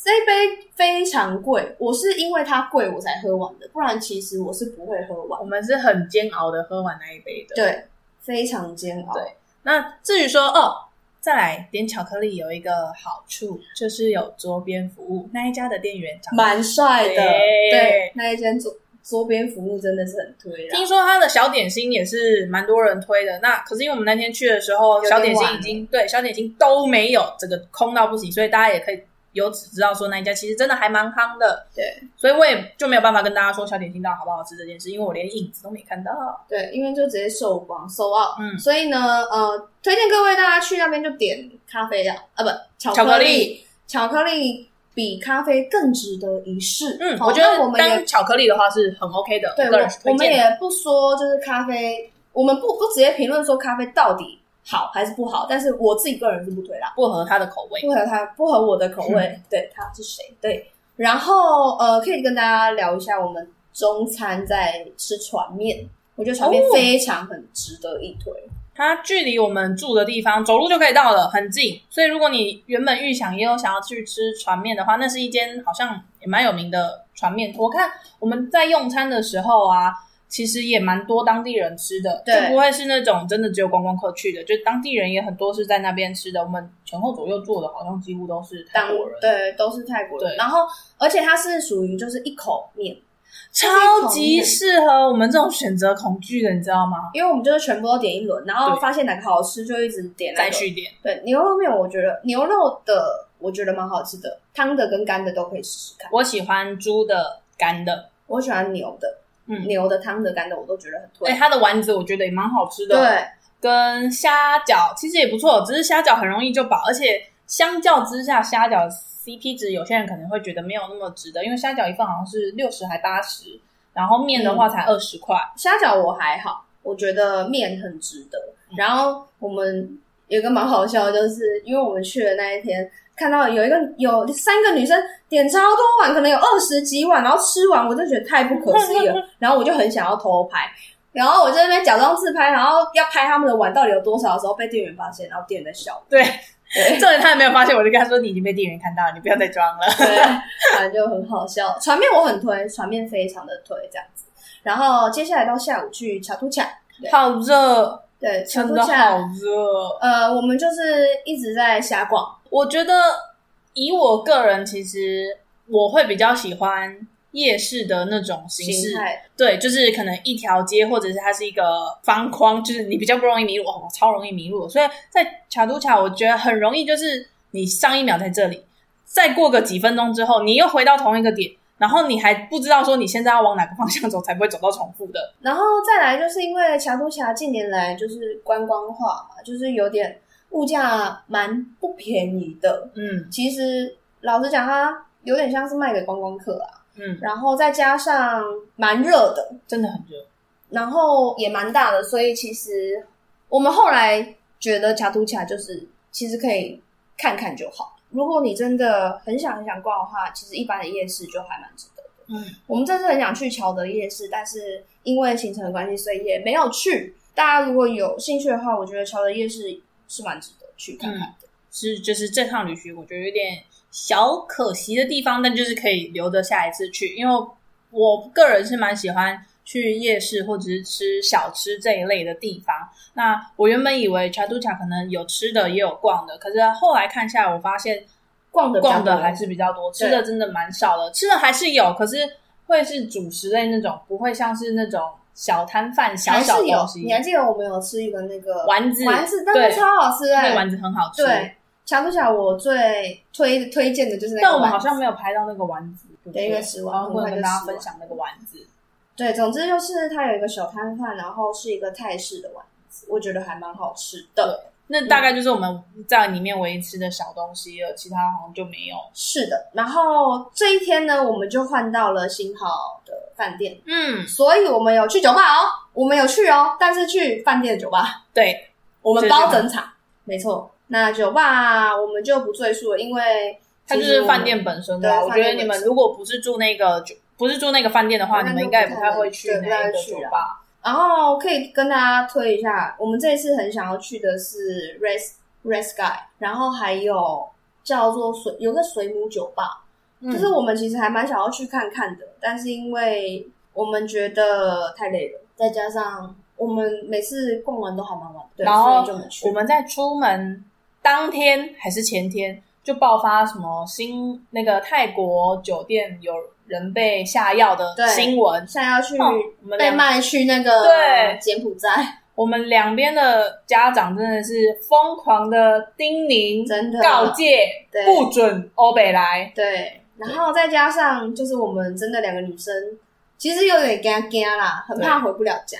S1: 这杯非常贵，我是因为它贵我才喝完的，不然其实我是不会喝完
S2: 我。们是很煎熬的喝完那一杯的。
S1: 对，非常煎熬。
S2: 对那至于说哦，再来点巧克力有一个好处，就是有桌边服务。那一家的店员长得
S1: 蛮帅的，
S2: 对
S1: 对，那一间桌桌边服务真的是很推啦
S2: 听。说他的小点心也是蛮多人推的，那可是因为我们那天去的时候，
S1: 点
S2: 小点心
S1: 晚了
S2: 已经对小点心都没有，整个空到不行，所以大家也可以由此知道说那一家其实真的还蛮夯的。
S1: 对，
S2: 所以我也就没有办法跟大家说小点心到底好不好吃这件事，因为我连影子都没看到。
S1: 对，因为就直接售光售 out，
S2: 嗯
S1: 所以呢，呃，推荐各位大家去那边就点咖啡啊，啊不，巧
S2: 巧
S1: 克
S2: 克
S1: 力
S2: 力，
S1: 巧克力比咖啡更值得一试。
S2: 嗯，
S1: 好
S2: 我觉得
S1: 哦那我们也
S2: 当巧克力的话是很 OK 的，
S1: 对
S2: 个人
S1: 我
S2: 是
S1: 我
S2: 推
S1: 们
S2: 荐的。
S1: 也不说就是咖啡，我们不不直接评论说咖啡到底好还是不好，但是我自己个人是不推啦。
S2: 不合他的口味。
S1: 不合他不合我的口味，对他是谁？对，然后呃，可以跟大家聊一下我们中餐在吃船面，我觉得船面
S2: 哦
S1: 非常很值得一推。
S2: 它距离我们住的地方走路就可以到了，很近。所以如果你原本预想也有想要去吃船面的话，那是一间好像也蛮有名的船面。我看我们在用餐的时候啊，其实也蛮多当地人吃的，
S1: 对
S2: 就不会是那种真的只有观光客去的，就当地人也很多是在那边吃的。我们前后左右坐的好像几乎都是泰
S1: 当
S2: 国人，
S1: 对都是泰国人，
S2: 对
S1: 然后而且它是属于就是一口面，
S2: 超级适合我们这种选择恐惧的，你知道吗？
S1: 因为我们就是全部都点一轮，然后
S2: 对
S1: 发现哪个好吃就一直点那
S2: 再
S1: 个。
S2: 去点，
S1: 对牛肉面，我觉得牛肉的我觉得蛮好吃的，汤的跟干的都可以试试看。
S2: 我喜欢猪的干的，
S1: 我喜欢牛的，
S2: 嗯。
S1: 牛的汤的干的我都觉得很推
S2: 对。哎它的丸子，我觉得也蛮好吃的。哦
S1: 对，
S2: 跟虾饺其实也不错，只是虾饺很容易就饱，而且相较之下，虾饺 CP 值有些人可能会觉得没有那么值得，因为虾饺一份好像是六十还八十，然后面的
S1: 嗯
S2: 话才二十块。 *laughs*
S1: 虾饺我还好，我觉得面很值得。然后我们有一个蛮好笑的，就是因为我们去的那一天，看到有一个有三个女生点超多碗，可能有二十几碗，然后吃完我就觉得太不可思议了，然后我就很想要偷拍。然后我就在那边假装自拍，然后要拍他们的碗到底有多少的时候，被店员发现，然后店员在笑。
S2: 对，
S1: 对
S2: 这人他也没有发现，我就跟他说你已经被店员看到了，你不要再装
S1: *laughs*
S2: 了。
S1: 对，反正就很好笑。船面我很推，船面非常的推这样子。然后接下来到下午去卡图卡，对
S2: 好热，
S1: 对，卡
S2: 真
S1: 图
S2: 的
S1: 卡
S2: 好热。
S1: 呃，我们就是一直在瞎逛，
S2: 我觉得以我个人，其实我会比较喜欢夜市的那种形式
S1: 形态
S2: 对，就是可能一条街，或者是它是一个方框，就是你比较不容易迷路。哦，我超容易迷路的，所以在卡都卡，我觉得很容易，就是你上一秒在这里，再过个几分钟之后，你又回到同一个点，然后你还不知道说你现在要往哪个方向走，才不会走到重复的。
S1: 然后再来就是因为卡都峡近年来就是观光化嘛，就是有点物价蛮不便宜的。
S2: 嗯
S1: 其实老实讲，它有点像是卖给观光客啊，
S2: 嗯，
S1: 然后再加上蛮热的，
S2: 真的很热。
S1: 然后也蛮大的，所以其实我们后来觉得卡图卡就是其实可以看看就好。如果你真的很想很想逛的话，其实一般的夜市就还蛮值得的。
S2: 嗯，
S1: 我们这次很想去乔德夜市，但是因为行程的关系，所以也没
S2: 嗯
S1: 有去。大家如果有兴趣的话，我觉得乔德夜市是蛮值得去看看的。
S2: 是就是这趟旅行我觉得有点小可惜的地方，但就是可以留着下一次去，因为我个人是蛮喜欢去夜市或者是吃小吃这一类的地方。那我原本以为查都卡可能有吃的也有逛的，可是后来看下来，我发现
S1: 逛的
S2: 逛的还是比较多，吃
S1: 对
S2: 的真的蛮少的。吃的还是有，可是会是主食类那种，不会像是那种小摊贩小
S1: 还
S2: 小
S1: 是有
S2: 东。西。
S1: 你还记得我们有吃一个那个
S2: 丸子
S1: 丸子，但
S2: 对
S1: 是超好吃哎、
S2: 那个丸子很好吃，
S1: 对，强不强？我最推推荐的就是那个丸子，
S2: 但我们好像没有拍到那个丸子，对不对
S1: 对应该吃完
S2: 然后
S1: 很
S2: 会
S1: 快就
S2: 跟大家
S1: 吃完
S2: 分享那个丸子。
S1: 对，总之就是它有一个小摊贩，然后是一个泰式的丸子，我觉得还蛮好吃的。
S2: 那大概就是我们在里面唯一吃的小东西了，其他好像就没有。
S1: 是的，然后这一天呢，我们就换到了新好的饭店，
S2: 嗯，
S1: 所以我们有去酒吧哦，我们有去哦，但是去饭店的酒吧，
S2: 对，
S1: 我们
S2: 对
S1: 包
S2: 对
S1: 整场，没错。那酒吧我们就不赘述了，因为
S2: 它就
S1: 其实
S2: 是
S1: 我们
S2: 饭店本身的
S1: 对
S2: 啊。我觉
S1: 饭
S2: 得
S1: 店
S2: 你
S1: 本
S2: 们
S1: 身
S2: 如果不是住那个酒，不是住那个饭店的话，
S1: 那
S2: 你
S1: 就
S2: 们应该也
S1: 不
S2: 不
S1: 太
S2: 太
S1: 能
S2: 会去
S1: 对不太
S2: 那
S1: 会
S2: 一个
S1: 去
S2: 酒
S1: 啊
S2: 吧。
S1: 然后可以跟大家推一下，我们这一次很想要去的是 Res Res Guy，然后还有叫做水有个水母酒吧，
S2: 嗯
S1: 就是我们其实还蛮想要去看看的，但是因为我们觉得太累了，再加上我们每次逛完都还蛮晚的，对
S2: 然
S1: 所
S2: 后
S1: 以就没去
S2: 我。们在出门当天还是前天就爆发什么新那个泰国酒店有人被下药的
S1: 对
S2: 新闻，
S1: 现在要去
S2: 哦我们
S1: 被
S2: 两
S1: 卖去那个
S2: 对
S1: 柬埔寨，
S2: 我们两边的家长真的是疯狂的叮咛、
S1: 真的
S2: 告诫，
S1: 对
S2: 不准欧北来。
S1: 对，然后再加上就是我们真的两个女生，其实有点尴尬啦，很怕回不了家，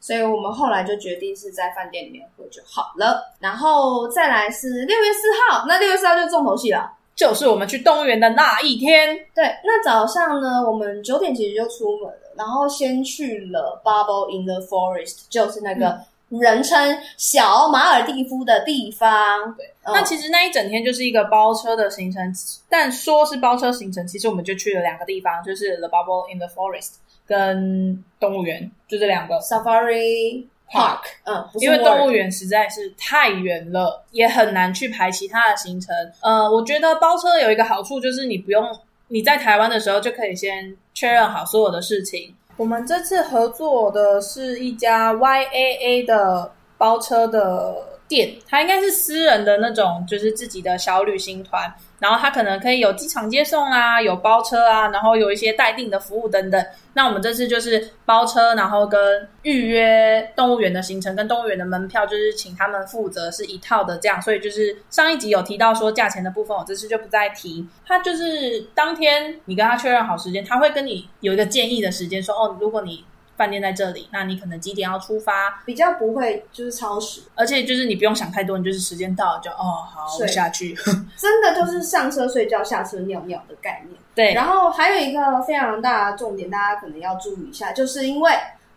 S1: 所以我们后来就决定是在饭店里面喝就好了。然后再来是六月四号，那六月四号就是重头戏了。
S2: 就是我们去动物园的那一天，
S1: 对，那早上呢，我们九点其实就出门了，然后先去了 Bubble in the Forest，就是那
S2: 嗯
S1: 个人称小马尔蒂夫的地方。对，
S2: 那其实那一整天就是一个包车的行程，但说是包车行程，其实我们就去了两个地方，就是 The Bubble in the Forest 跟动物园，就这两个。
S1: 嗯 Safari Park，嗯，不是
S2: 因为
S1: World
S2: 动物园实在是太远了，也很难去排其他的行程。呃，我觉得包车有一个好处就是你不用你在台湾的时候就可以先确认好所有的事情。我们这次合作的是一家 YAA 的包车的店，它应该是私人的那种，就是自己的小旅行团。然后它可能可以有机场接送啊，有包车啊，然后有一些待定的服务等等。那我们这次就是包车，然后跟预约动物园的行程跟动物园的门票，就是请他们负责是一套的这样。所以就是上一集有提到说价钱的部分，我这次就不再提。他就是当天你跟他确认好时间，他会跟你有一个建议的时间，说哦，如果你饭店在这里，那你可能几点要出发？
S1: 比较不会就是超时，
S2: 而且就是你不用想太多，你就是时间到了就哦好，我
S1: 睡
S2: 下去。
S1: 真的就是上车睡觉，下车尿尿的概念。
S2: 对，
S1: 然后还有一个非常大的重点，大家可能要注意一下，就是因为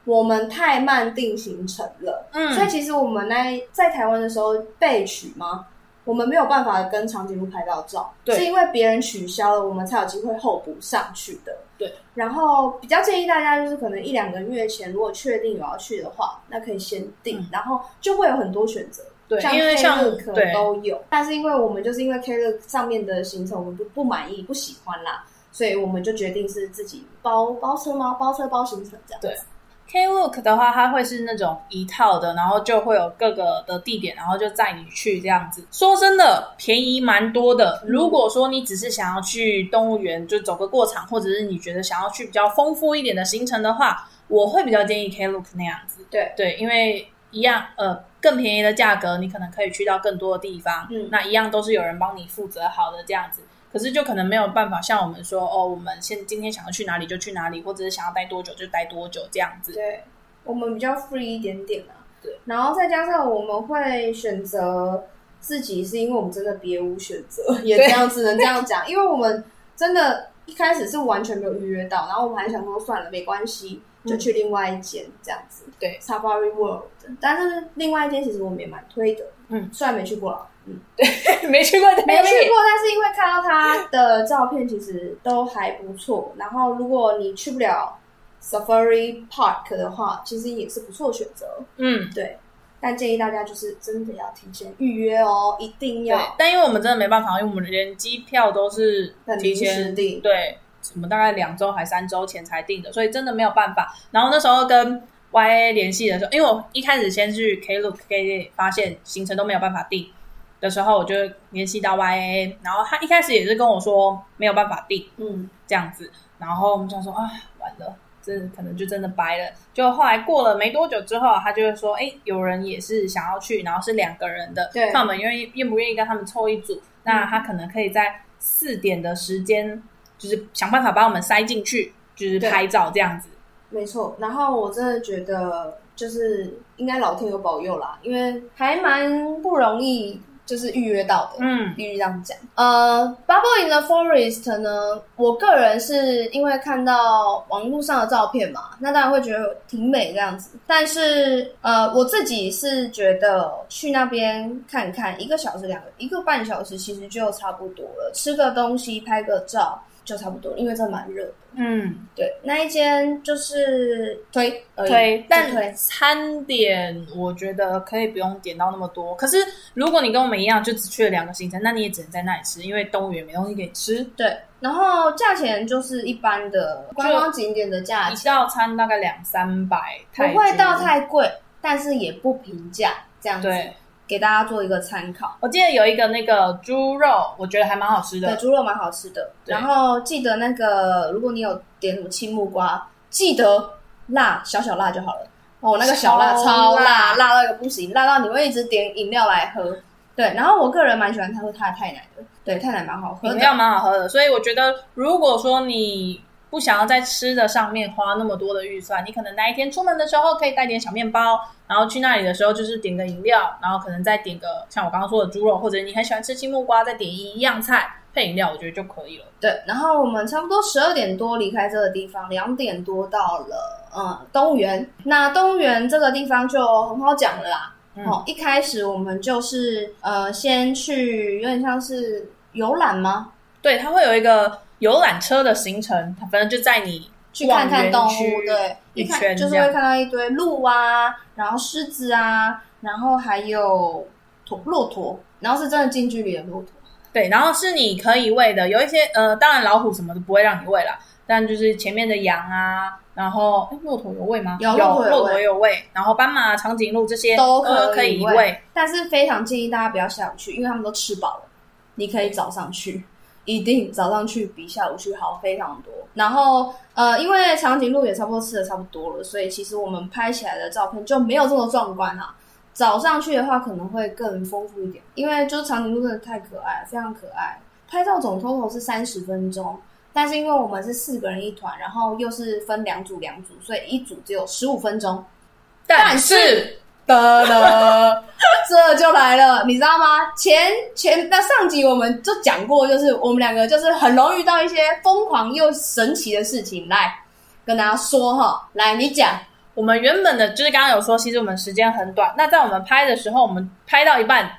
S1: 我们太慢定行程了，
S2: 嗯
S1: 所以其实我们那在台湾的时候被取吗？我们没有办法跟长颈鹿拍到照，
S2: 对
S1: 是因为别人取消了，我们才有机会候补上去的。
S2: 对，
S1: 然后比较建议大家就是可能一两个月前，如果确定有要去的话，那可以先定，
S2: 嗯
S1: 然后就会有很多选择。
S2: 对，
S1: 像
S2: 因为像
S1: Klook 可
S2: 对
S1: 能都有，但是因为我们就是因为 Klook 上面的行程我们不不满意、不喜欢啦，所以我们就决定是自己包包车吗？包车包行程这样。
S2: 对 Klook 的话，它会是那种一套的，然后就会有各个的地点，然后就载你去这样子。说真的，便宜蛮多的。如果说你只是想要去动物园就走个过场，或者是你觉得想要去比较丰富一点的行程的话，我会比较建议 Klook 那样子。
S1: 对
S2: 对，因为一样呃更便宜的价格，你可能可以去到更多的地方。
S1: 嗯
S2: 那一样都是有人帮你负责好的这样子。可是就可能没有办法像我们说哦，我们现今天想要去哪里就去哪里，或者是想要待多久就待多久这样子。
S1: 对，我们比较 free 一点点啊。
S2: 对，
S1: 然后再加上我们会选择自己，是因为我们真的别无选
S2: *laughs*
S1: 择，也
S2: 对
S1: 这样只能这样
S2: *laughs*
S1: 讲，因为我们真的一开始是完全没有预约到，然后我们还想说算了，没关系，就去另外一间、这样子。
S2: 嗯对
S1: ，Safari World，但是另外一间其实我们也蛮推的，
S2: 嗯，
S1: 虽然没去过啦，嗯，
S2: *laughs* 没去过的
S1: *laughs* 没去过，但是因为看到他的照片，其实都还不错。然后，如果你去不了 Safari Park 的话，其实也是不错的选择。
S2: 嗯，
S1: 对，但建议大家就是真的要提前预约哦，一定
S2: 对
S1: 要，。
S2: 但因为我们真的没办法，因为我们连机票都是
S1: 很临
S2: 提
S1: 时
S2: 前
S1: 订
S2: 对，我们大概两周还三周前才订的，所以真的没有办法。然后那时候跟 YA 联系的时候，因为我一开始先去 Klook K 发现行程都没有办法订的时候，我就联系到 YA，然后他一开始也是跟我说没有办法订，
S1: 嗯，
S2: 这样子，然后我们想说啊，完了，这可能就真的掰了。就后来过了没多久之后，他就会说，哎、有人也是想要去，然后是两个人的，
S1: 对
S2: 那我们愿意愿不愿意跟他们凑一组？那他可能可以在四点的时间，就是想办法把我们塞进去，就是
S1: 对
S2: 拍照这样子。
S1: 没错。然后我真的觉得，就是应该老天有保佑啦，因为还蛮不容易，就是预约到的。
S2: 嗯，
S1: 必须这样讲。呃，Bubble in the Forest 呢，我个人是因为看到网络上的照片嘛，那当然会觉得挺美这样子。但是呃，我自己是觉得去那边看看，一个小时、两个、一个半小时其实就差不多了，吃个东西、拍个照就差不多了，因为这蛮热的。
S2: 嗯，
S1: 对，那一间就是推而已
S2: 对，
S1: 就推
S2: 但餐点我觉得可以不用点到那么多。可是如果你跟我们一样，就只去了两个行程，那你也只能在那里吃，因为动物园没东西给你吃。
S1: 对，然后价钱就是一般的观光景点的价
S2: 一
S1: 钱。
S2: 道餐大概两三百
S1: 啊不
S2: 泰铢，
S1: 会到太贵，但是也不平价，这样子
S2: 对。
S1: 给大家做一个参考。
S2: 我记得有一个那个猪肉，我觉得还蛮好吃
S1: 对，
S2: 的。
S1: 猪肉蛮好吃的。
S2: 对
S1: 然后记得那个，如果你有点什么青木瓜，记得辣小小辣就好了。哦，那个小辣
S2: 超
S1: 超辣，
S2: 辣
S1: 辣到一个不行，辣到你会一直点饮料来喝。对，然后我个人蛮喜欢他说他的太奶的，对，太奶蛮好喝
S2: 饮
S1: 的
S2: 料。蛮好喝的，所以我觉得，如果说你不想要在吃的上面花那么多的预算，你可能那一天出门的时候可以带点小面包，然后去那里的时候就是点个饮料，然后可能再点个像我刚刚说的猪肉，或者你很喜欢吃青木瓜，再点一样菜配饮料，我觉得就可以了。
S1: 对，然后我们差不多十二点多离开这个地方，两点多到了嗯动物园。那动物园这个地方就很好讲了啦，
S2: 嗯
S1: 哦，一开始我们就是呃，先去有点像是游览吗？
S2: 对，它会有一个游览车的行程，它反正就在你
S1: 去看看动
S2: 往
S1: 物
S2: 园区，
S1: 对，
S2: 一
S1: 一看
S2: 圈
S1: 就是
S2: 这样
S1: 会看到一堆鹿啊，然后狮子啊，然后还有驼骆驼，然后是真的近距离的骆驼，
S2: 对，然后是你可以喂的，有一些呃，当然老虎什么的不会让你喂啦，但就是前面的羊啊，然后诶骆驼有喂吗？
S1: 有骆驼
S2: 骆
S1: 有
S2: 驼
S1: 喂
S2: 有喂，然后斑马、长颈鹿这些
S1: 都
S2: 呃可
S1: 以
S2: 以喂。
S1: 但是非常建议大家不要下午去，因为他们都吃饱了。你可以早上去，一定早上去比下午去好非常多。然后呃，因为长颈鹿也差不多吃的差不多了，所以其实我们拍起来的照片就没有这么壮观啦、早上去的话可能会更丰富一点，因为就是长颈鹿真的太可爱，非常可爱。拍照总 total 是三十分钟，但是因为我们是四个人一团，然后又是分两组两组，所以一组只有十五分钟。
S2: 但
S1: 是得了，这就来了，你知道吗？前前那上集我们就讲过，就是我们两个就是很容易遇到一些疯狂又神奇的事情，来跟大家说哈。来，你讲，
S2: 我们原本的就是刚刚有说，其实我们时间很短。那在我们拍的时候，我们拍到一半，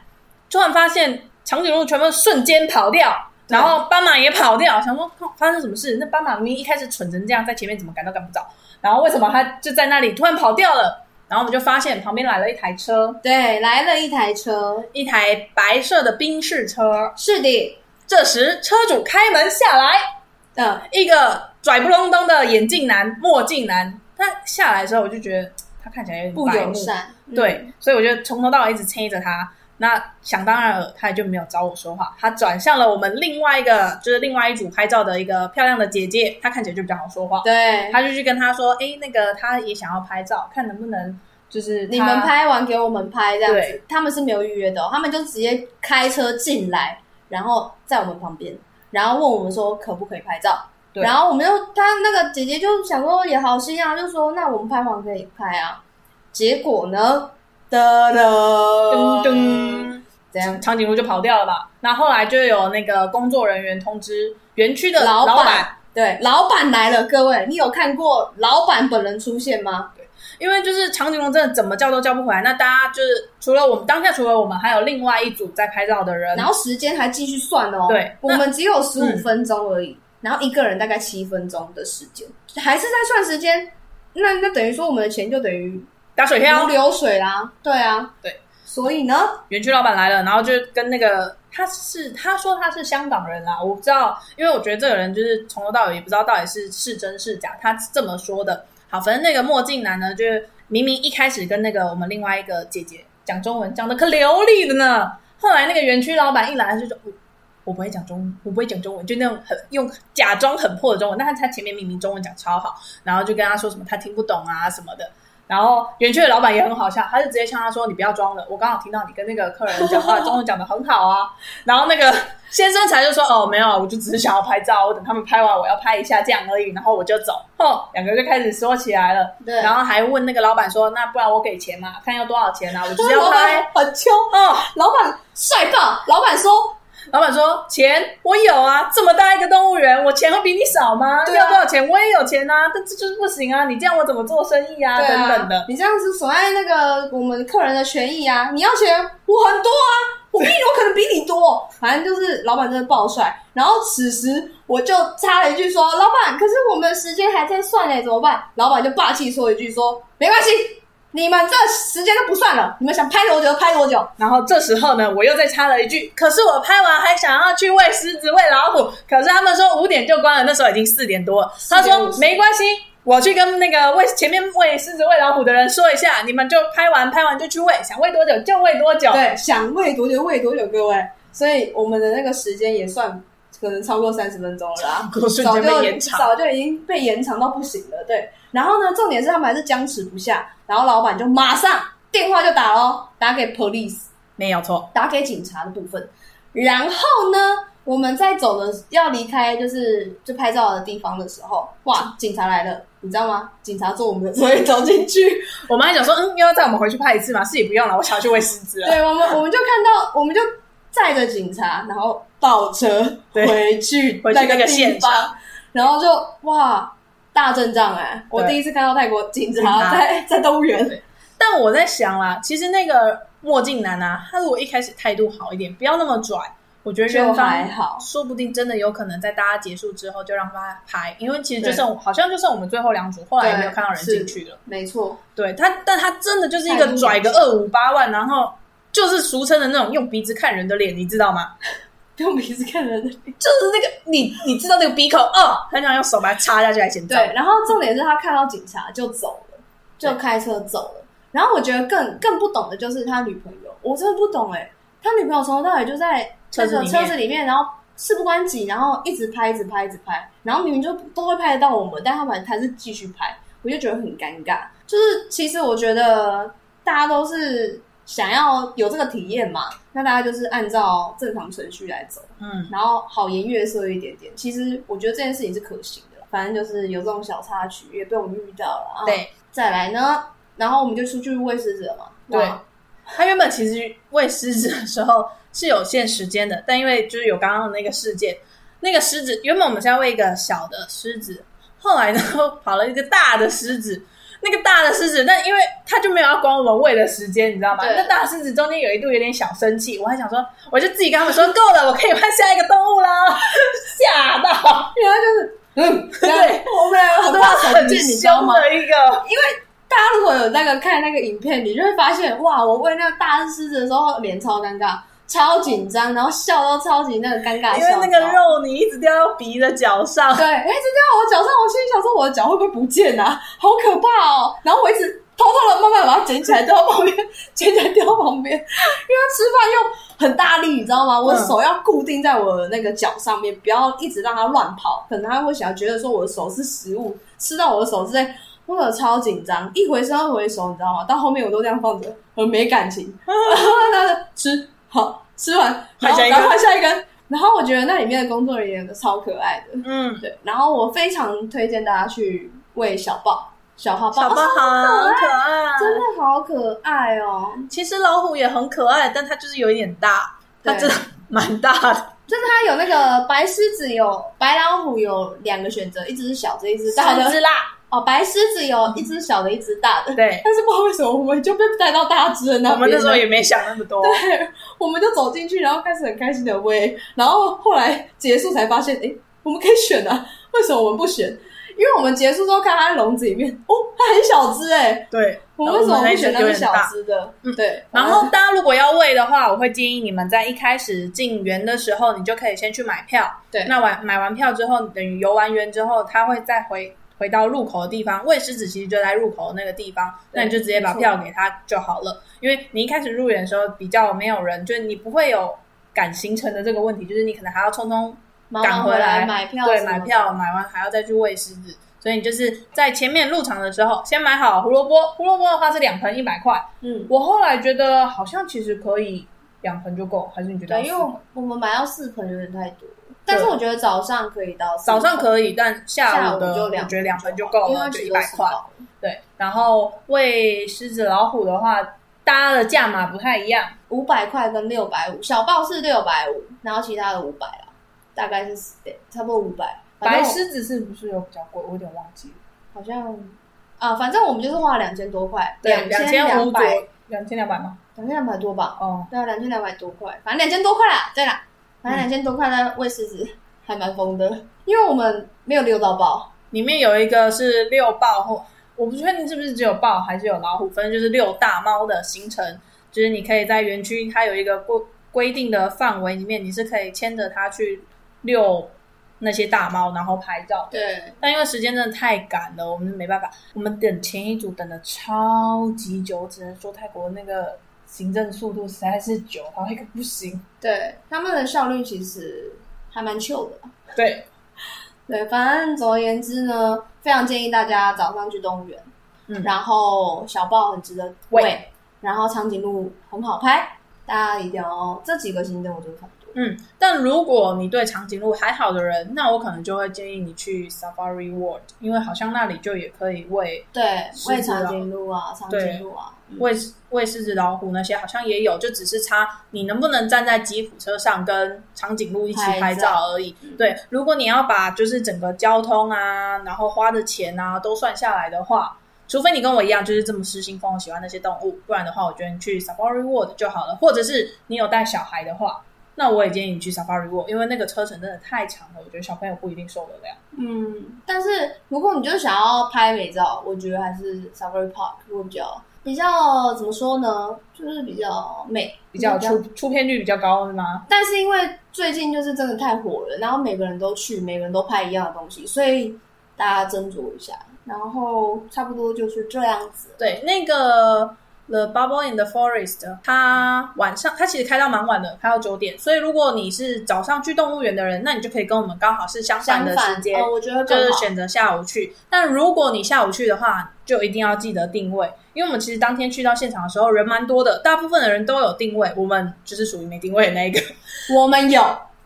S2: 突然发现长颈鹿全部瞬间跑掉，
S1: 对
S2: 然后斑马也跑掉，想说靠发生什么事？那斑马明明一开始蠢成这样，在前面怎么赶都赶不着，然后为什么它就在那里突然跑掉了？然后我们就发现旁边来了一台车，
S1: 对，来了一台车，
S2: 一台白色的宾士车。
S1: 是的，
S2: 这时车主开门下来，
S1: 嗯、
S2: 一个拽不隆咚的眼镜男、墨镜男，他下来的时候我就觉得嘖他看起来有点
S1: 不
S2: 白
S1: 友
S2: 目
S1: 善，
S2: 对，
S1: 嗯
S2: 所以我就从头到尾一直牵着他。那想当然了，他也就没有找我说话，他转向了我们另外一个，就是另外一组拍照的一个漂亮的姐姐，她看起来就比较好说话
S1: 嗯，，对，
S2: 他就去跟她说，哎，那个她也想要拍照，看能不能就是
S1: 你
S2: 她
S1: 们拍完给我们拍这样子
S2: 对，
S1: 他们是没有预约的哦、他们就直接开车进来，然后在我们旁边，然后问我们说可不可以拍照。
S2: 对
S1: 然后我们就他那个姐姐就想说也好心啊，就说那我们拍完可以拍啊。结果呢，噔
S2: 噔
S1: 噔
S2: 噔。
S1: 怎样？
S2: 长颈鹿就跑掉了吧？那后来就有那个工作人员通知园区的
S1: 老
S2: 老
S1: 板对，老板来了，各位，你有看过老板本人出现吗？
S2: 因为就是长颈鹿真的怎么叫都叫不回来。那大家就是除了我们当下，除了我们，还有另外一组在拍照的人
S1: 然。后时间还继续算哦，
S2: 对
S1: 我
S2: 那
S1: 们只有十五
S2: 嗯
S1: 分钟而已，然后一个人大概七分钟的时间，还是在算时间，那那等于说我们的钱就等于
S2: 打水漂
S1: 如。流水啦，对啊，
S2: 对，
S1: 所以呢，
S2: 园区老板来了，然后就跟那个他是他说他是香港人啦，我不知道，因为我觉得这个人就是从头到尾也不知道到底是是真是假，他这么说的。好，反正那个墨镜男呢，就是明明一开始跟那个我们另外一个姐姐讲中文，讲的可流利的呢，后来那个园区老板一来就说。我我不会讲中文，我不会讲中文，就那种很用假装很破的中文。但是他前面明明中文讲超好，然后就跟他说什么他听不懂啊什么的，然后园区的老板也很好笑，他就直接呛他说：“你不要装了，我刚好听到你跟那个客人讲话，中文讲的很好
S1: *laughs*
S2: 啊。”然后那个先生才就说：“哦，没有，我就只是想要拍照，我等他们拍完，我要拍一下这样而已，然后我就走。”哦，两个就开始说起来了，
S1: 对，
S2: 然后还问那个老板说：“那不然我给钱嘛？看要多少钱啊？我就是要
S1: 老
S2: 拍。
S1: 板很凶，”
S2: 哦，
S1: 老板帅爆，老板说
S2: 老板说：“钱我有啊，这么大一个动物园，我钱会比你少吗？
S1: 对啊
S2: 要多少钱我也有钱啊，但这就是不行啊！你这样我怎么做生意啊？
S1: 对
S2: 等
S1: 啊
S2: 等的。”
S1: 你这样子损害那个我们客人的权益啊！你要钱，我很多啊，我比你我可能比你多，反正就是老板真的爆帅。然后此时我就插了一句说：“老板，可是我们时间还在算呢，怎么办？”老板就霸气说一句说：“没关系，你们这时间都不算了，你们想拍多久就拍多久。
S2: 然后这时候呢，我又再插了一句：“可是我拍完还想要去喂狮子、喂老虎，可是他们说五点就关了，那时候已经四点多了。”他说
S1: 4:50：“
S2: 没关系，我去跟那个喂前面喂狮子、喂老虎的人说一下，你们就拍完拍完就去喂，想喂多久就喂多久。”
S1: 对，想喂多久就喂多久，各位。所以我们的那个时间也算可能超过三十分钟了啊。
S2: 我瞬
S1: 早
S2: 间
S1: 就
S2: 被延长。
S1: 早就已经被延长到不行了。对，然后呢，重点是他们还是僵持不下，然后老板就马上电话就打咯，打给 police，
S2: 没有错，
S1: 打给警察的部分。然后呢，我们在走的要离开就是就拍照的地方的时候，哇，警察来了，你知道吗？警察坐我们的车走进去，
S2: 我们还想说，嗯，又要带我们回去拍一次吗？是也不用了，我想要去喂狮子了。
S1: *laughs* 对我们，我们就看到，我们就载着警察，然后倒车
S2: 对
S1: 回去
S2: 回去那
S1: 个
S2: 个
S1: 地
S2: 现
S1: 方
S2: 场，
S1: 然后就哇大阵仗哎、我
S2: 对
S1: 第一次看到泰国警
S2: 警
S1: 察
S2: 察
S1: 在在动物园，
S2: 但我在想啦，其实那个墨镜男啊，他如果一开始态度好一点，不要那么拽，我觉得
S1: 就
S2: 人方
S1: 还好。
S2: 说不定真的有可能在大家结束之后就让他拍，因为其实就
S1: 对
S2: 剩好像就剩我们最后两组，后来也没有
S1: 对
S2: 看到人
S1: 是
S2: 进去了。
S1: 没错，
S2: 对他，但他真的就是一个拽个二五八万，然后就是俗称的那种用鼻子看人的脸，你知道吗？
S1: 用鼻子看人。
S2: 就是那个你你知道那个鼻孔哦，很想用手把它插下去来先照。
S1: 对，然后重点是他看到警察就走了，就
S2: 对
S1: 开车走了。然后我觉得更更不懂的就是他女朋友，我真的不懂哎、他女朋友从头到尾就在
S2: 车子
S1: 那个
S2: 里
S1: 车
S2: 面
S1: 子里面，然后事不关己，然后一直拍，一直拍，一直拍，然后明明就都会拍得到我们，但他们还是继续拍，我就觉得很尴尬。就是其实我觉得大家都是想要有这个体验嘛，那大家就是按照正常程序来走。
S2: 嗯，
S1: 然后好言悦色一点点。其实我觉得这件事情是可行的，反正就是有这种小插曲也被我们遇到了啊。，
S2: 对。
S1: 再来呢，然后我们就出去喂食者嘛。
S2: 对
S1: 哇
S2: 他原本其实喂狮子的时候是有限时间的，但因为就是有刚刚的那个事件，那个狮子原本我们是要喂一个小的狮子，后来呢 *laughs* 跑了一个大的狮子。那个大的狮子，但因为它就没有要管我们喂的时间，你知道吗？
S1: 对
S2: 那大狮子中间有一度有点小生气，我还想说，我就自己跟他们说够了，我可以换下一个动物啦，吓到，
S1: 原来就是嗯，
S2: 对，啊
S1: 我们两个很怕
S2: 很
S1: 神经，你知道
S2: 凶
S1: 吗？
S2: 的一个，
S1: 大家如果有那个看那个影片，你就会发现，哇，我喂那个大狮子的时候脸超尴尬，超紧张，然后笑都超级那个尴尬的
S2: 因为
S1: 笑，
S2: 那个
S1: 你知道吗
S2: 肉泥一直掉到鼻的脚上，
S1: *laughs* 对，哎，这掉到我脚上，我心里想说我的脚会不会不见啊？ *laughs* 好可怕哦！然后我一直偷偷的慢慢把它捡起来，掉到旁边， *laughs* 捡起来掉到旁边，因为它吃饭又很大力，你知道吗？
S2: 嗯
S1: 我的手要固定在我的那个脚上面，不要一直让它乱跑，可能它会想觉得说我的手是食物，吃到我的手之类。我有超紧张，一回生二回熟，你知道吗？到后面我都这样放着，很没感情。 *laughs* 然后呢吃好吃完，然后
S2: 换下一根
S1: 赶快换下一根。然后我觉得那里面的工作人员都超可爱的，
S2: 嗯，
S1: 对，然后我非常推荐大家去喂小豹、小花豹，
S2: 宝宝
S1: 哦
S2: 好可爱，
S1: 真的好可爱哦！
S2: 其实老虎也很可爱，但它就是有一点大，它
S1: 对
S2: 真的蛮大 *laughs* 的。
S1: 就是它有那个白狮子有，白老虎有两个选择，一只是小的，一只是大的。
S2: 只啦，
S1: 哦，白狮子有一只小的，一只大的。 *laughs*
S2: 对，
S1: 但是不知道为什么我们就被带到大只的那边了
S2: 我们那时候也没想那么多。
S1: *laughs* 对，我们就走进去，然后开始很开心的喂，然后后来结束才发现，哎，我们可以选啊，为什么我们不选？因为我们结束之后看它在笼子里面，哦，它很小只哎、
S3: 对，
S1: 我为什么会选那
S3: 有
S1: 么
S3: 点
S1: 小
S3: 大？
S1: 只的？对，
S2: *laughs* 然后大家如果要喂的话，我会建议你们在一开始进园的时候，你就可以先去买票。
S1: 对
S2: 那完买完票之后，等于游完园之后，它会再回回到入口的地方。喂狮子其实就在入口的那个地方，那你就直接把
S1: 没错
S2: 票给它就好了。因为你一开始入园的时候比较没有人，就是你不会有赶行程的这个问题，就是你可能还要匆匆
S1: 忙
S2: 赶
S1: 完
S2: 回来
S1: 买票，
S2: 对，买票，买完还要再去喂狮子，所以你就是在前面入场的时候先买好胡萝卜。胡萝卜的话是两盆一百块，
S1: 嗯，
S2: 我后来觉得好像其实可以两盆就够，还是你觉得要
S1: 对，
S2: 四
S1: 因
S2: 盆？
S1: 为我们我们买到四盆有点太多，但是我觉得早上可以到四
S2: 早
S1: 盆
S2: 上可以，但下
S1: 下
S2: 午的
S1: 就
S2: 我
S1: 两，
S2: 觉得两盆就够
S1: 因为它
S2: 了，就
S1: 其
S2: 一
S1: 实都
S2: 百
S1: 是
S2: 块。
S1: 高
S2: 对，然后喂狮子、老虎的话，搭的价码不太一样，
S1: 五百块跟六百五，小豹是六百五，然后其他的五百啦，大概是四对，差不多五百。反
S2: 白
S1: 正
S2: 狮子是不是有比较贵？我有点忘记了，
S1: 好像啊，反正我们就是花了两千多块，
S2: 对，两
S1: 千
S2: 五
S1: 两
S2: 左
S1: 百，
S2: 两千两百吗？
S1: 两千两百多吧？
S2: 哦，
S1: 对啊，两千两百多块，反正两千多块啦，对啦，反正两千多块在喂狮子还蛮疯的，因为我们没有溜到爆，
S2: 里面有一个是六豹或我不确定是不是只有豹还是有老虎，反正就是六大猫的行程，就是你可以在园区它有一个规规定的范围里面，你是可以牵着它去遛那些大猫，然后拍照的。
S1: 对，
S2: 但因为时间真的太赶了，我们没办法，我们等前一组等的超级久，只能说泰国那个行政速度实在是久到一个不行。
S1: 对，他们的效率其实还蛮 chill 的啦。
S2: 对，
S1: 对，反正总而言之呢，非常建议大家早上去动物园，
S2: 嗯
S1: 然后小豹很值得
S2: 喂
S1: 喂，然后长颈鹿很好拍，大家一定要这几个行程我觉得差不多。
S2: 嗯，但如果你对长颈鹿还好的人，那我可能就会建议你去 Safari World，因为好像那里就也可以喂
S1: 对，
S2: 狮
S1: 喂
S2: 子啊
S1: 长颈鹿啊，长
S2: 对
S1: 颈鹿啊，嗯
S2: 喂喂狮子、老虎那些，好像也有，就只是差你能不能站在吉普车上跟长颈鹿一起拍
S1: 拍
S2: 照
S1: 照
S2: 而已。对，如果你要把就是整个交通啊，然后花的钱啊都算下来的话，除非你跟我一样就是这么失心疯，喜欢那些动物，不然的话，我觉得你去 Safari World 就好了，或者是你有带小孩的话。那我也建议你去 Safari World，因为那个车程真的太长了，我觉得小朋友不一定受得了。
S1: 嗯，但是如果你就想要拍美照，我觉得还是 Safari Park 会比较比较怎么说呢，就是比较美，
S2: 比较出出片率比较高是吗？
S1: 但是因为最近就是真的太火了，然后每个人都去，每个人都拍一样的东西，所以大家斟酌一下。然后差不多就是这样子。
S2: 对，那个 The Bubble in the Forest，它晚上它其实开到蛮晚的，开到九点。所以如果你是早上去动物园的人，那你就可以跟我们刚好是相反
S1: 相
S2: 的
S1: 反
S2: 时间，
S1: 哦，我觉得
S2: 就
S1: 更
S2: 是
S1: 好。
S2: 选择下午去。但如果你下午去的话，就一定要记得定位，因为我们其实当天去到现场的时候人蛮多的，大部分的人都有定位，我们就是属于没定位的那一个。
S1: 我们有，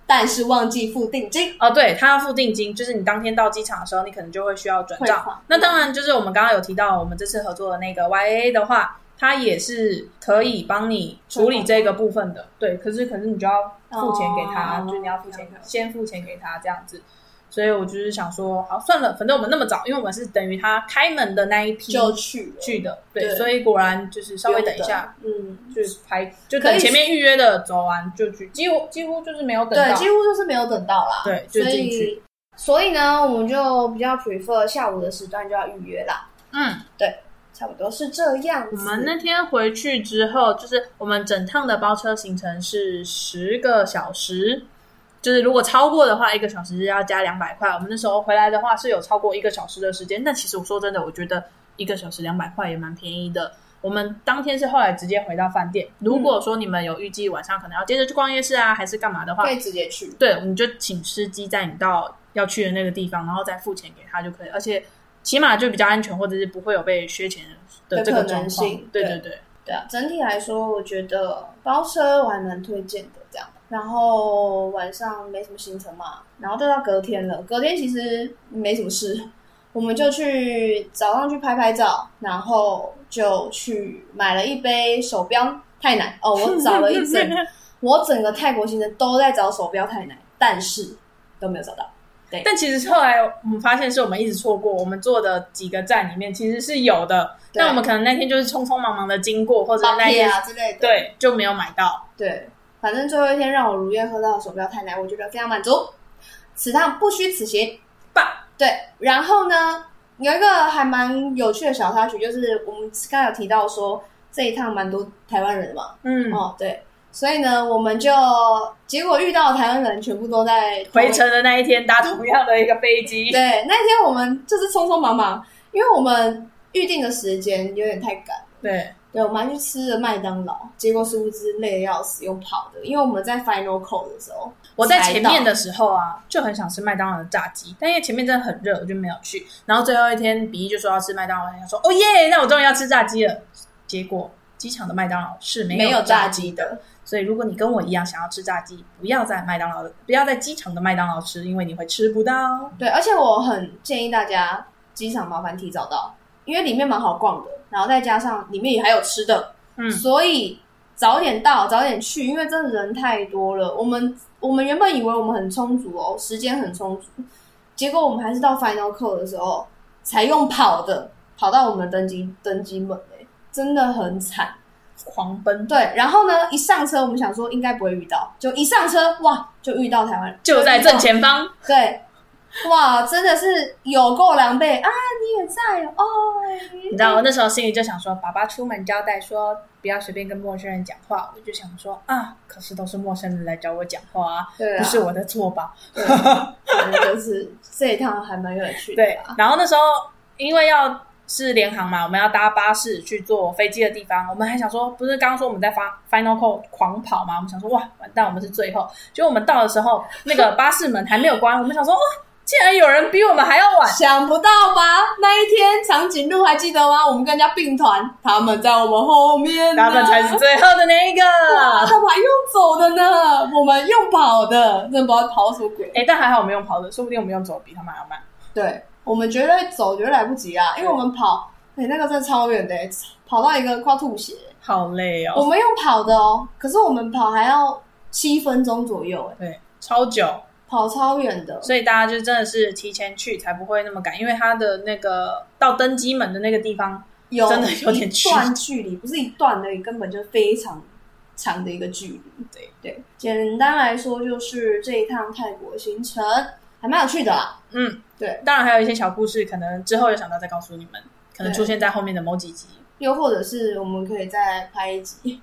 S1: 但是忘记付定金。
S2: 哦，对，他要付定金，就是你当天到机场的时候，你可能就会需要转
S1: 汇
S2: 账
S1: 款。
S2: 那当然，就是我们刚刚有提到，我们这次合作的那个 YA 的话，它也是可以帮你处理这个部分的。对，可是可是你就要付钱给他，
S1: 哦
S2: 就是你要付钱
S1: 了，解
S2: 先付钱给他这样子。所以我就是想说，好算了，反正我们那么早，因为我们是等于他开门的那一批
S1: 就去了，
S2: 去的，对，
S1: 对
S2: 所以果然就是稍微等一下，
S1: 不用等。嗯，
S2: 就是排就
S1: 可
S2: 等
S1: 以
S2: 前面预约的走完就去，几乎几乎就是没有等到
S1: 对，，几乎就是没有等到啦。
S2: 对就
S1: 所
S2: 进去
S1: 以所以呢，我们就比较 prefer 下午的时段就要预约啦，
S2: 嗯。
S1: 差不多是这样
S2: 我
S1: 子。
S2: 们那天回去之后，就是我们整趟的包车行程是十个小时，就是如果超过的话，一个小时要加两百块。我们那时候回来的话是有超过一个小时的时间，但其实我说真的，我觉得一个小时两百块也蛮便宜的。我们当天是后来直接回到饭店。如果说你们有预计晚上可能要接着去逛夜市啊，还是干嘛的话，
S1: 可以直接去。
S2: 对，你就请司机载你到要去的那个地方，然后再付钱给他就可以，而且起码就比较安全，或者是不会有被削钱的
S1: 的
S2: 这个
S1: 可
S2: 状
S1: 能
S2: 况
S1: 性。
S2: 对
S1: 对
S2: 对，
S1: 对啊，整体来说，我觉得包车我还蛮推荐的这样。然后晚上没什么行程嘛，然后就到隔天了。隔天其实没什么事， *laughs* 我们就去早上去拍拍照，然后就去买了一杯手标泰奶。哦，我找了一
S2: *laughs*
S1: 整，我整个泰国行程都在找手标泰奶，但是都没有找到。
S2: 但其实后来我们发现，是我们一直错过，我们坐的几个站里面其实是有的，
S1: 对
S2: 但我们可能那天就是匆匆忙忙的经过，或者是那
S1: 贴
S2: 天
S1: 啊之类的，
S2: 对就没有买到。
S1: 对，反正最后一天让我如愿喝到手标太奶，我觉得非常满足。此趟不虚此行，
S2: 爸，
S1: 对，然后呢，有一个还蛮有趣的小插曲，就是我们刚才有提到说这一趟蛮多台湾人的嘛，
S2: 嗯，
S1: 哦，对，所以呢，我们就结果遇到的台湾人全部都在
S2: 回程的那一天搭同样的一个飞机，
S1: 对，那天我们就是匆匆忙忙，因为我们预定的时间有点太赶。
S2: 对，
S1: 对，我们还去吃了麦当劳，结果殊不知累得要死，又跑的。因为我们在 Final Call 的时候，
S2: 我在前面的时候啊，就很想吃麦当劳的炸鸡，但因为前面真的很热，我就没有去。然后最后一天，比一就说要吃麦当劳，他说：“哦耶，那我终于要吃炸鸡了。”结果机场的麦当劳是没
S1: 没有
S2: 炸
S1: 炸鸡的
S2: 的，所以如果你跟我一样想要吃炸鸡，不要在麦当劳，不要在机场的麦当劳吃，因为你会吃不到。
S1: 对，而且我很建议大家机场麻烦提早到，因为里面蛮好逛的，然后再加上里面也还有吃的，
S2: 嗯
S1: 所以早点到，早点去，因为真的人太多了。我们我们原本以为我们很充足哦，时间很充足，结果我们还是到 Final Call 的时候才用跑的跑到我们的登机登机门、欸，真的很惨。
S2: 狂奔
S1: 对，然后呢，一上车我们想说应该不会遇到，就一上车哇，就遇到台湾人，
S2: 就在
S1: 遇到
S2: 正前方，
S1: 对，哇，真的是有够狼狈啊！你也在哦，
S2: 你知道我那时候心里就想说，爸爸出门交代说不要随便跟陌生人讲话，我就想说啊，可是都是陌生人来找我讲话啊，
S1: 对啊，
S2: 不是我的错吧？
S1: 反正就是这一趟还蛮有趣的。
S2: 对，然后那时候因为要是联航嘛，我们要搭巴士去坐飞机的地方，我们还想说，不是刚刚说我们在发 final call 狂跑嘛，我们想说哇，完蛋，我们是最后。结果我们到的时候，那个巴士门还没有关，我们想说哇，竟然有人比我们还要晚。
S1: 想不到吧？那一天长颈鹿还记得吗？我们跟人家并团，他们在我们后面呢，
S2: *laughs* 他们才是最后的那一个。
S1: 哇，他们还用走的呢，我们用跑的，真的不知道跑什么鬼。
S2: 哎、但还好我们用跑的，说不定我们用走比他们还要慢。
S1: 对，我们绝对走，绝对来不及啊，因为我们跑，哎、那个真的超远的、跑到一个快吐血。
S2: 好累
S1: 我
S2: 哦，
S1: 们用跑的哦，可是我们跑还要七分钟左右，哎，
S2: 对，超久。
S1: 跑超远的。
S2: 所以大家就真的是提前去才不会那么赶，因为他的那个到登机门的那个地方
S1: 有
S2: 真的有点
S1: 一段距离，不是一段而已，根本就非常长的一个距离。
S2: 对
S1: 对，简单来说就是这一趟泰国行程还蛮有趣的啦。
S2: 嗯，
S1: 对，
S2: 当然还有一些小故事，可能之后有想到再告诉你们，可能
S1: 对
S2: 出现在后面的某
S1: *laughs*
S2: 几集，
S1: 又或者是我们可以再拍一集，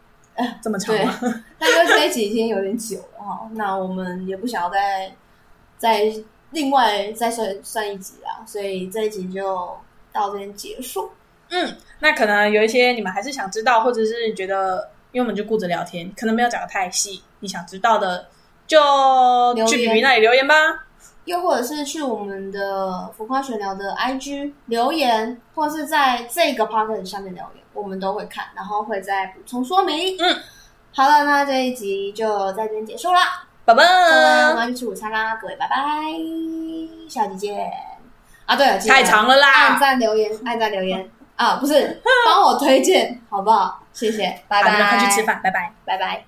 S2: 这么长
S1: 对
S2: 吗？，
S1: 但因为这一集已经有点久了哈，那我们也不想要再再另外再算算一集啦，所以这一集就到这边结束。
S2: 嗯， *laughs* 那可能有一些你们还是想知道，或者是觉得，因为我们就顾着聊天，可能没有讲的太细，你想知道的就
S1: 留言
S2: 去比比那里留言吧。
S1: 又或者是去我们的浮夸闲聊的 IG 留言，或是在这个 p o c k e t 下面留言，我们都会看，然后会再补充说明。
S2: 嗯，
S1: 好了，那这一集就在这边结束啦，
S2: 宝宝，
S1: 各位我们要去吃午餐啦，各位拜拜，下集见。啊，对了，记得
S2: 太长了
S1: 按
S2: 啦，
S1: 赞留言，按赞留言啊，不是，帮我推荐好不好？谢谢，拜
S2: 好，
S1: 拜，
S2: 那快去吃，饭，拜拜。
S1: 拜拜。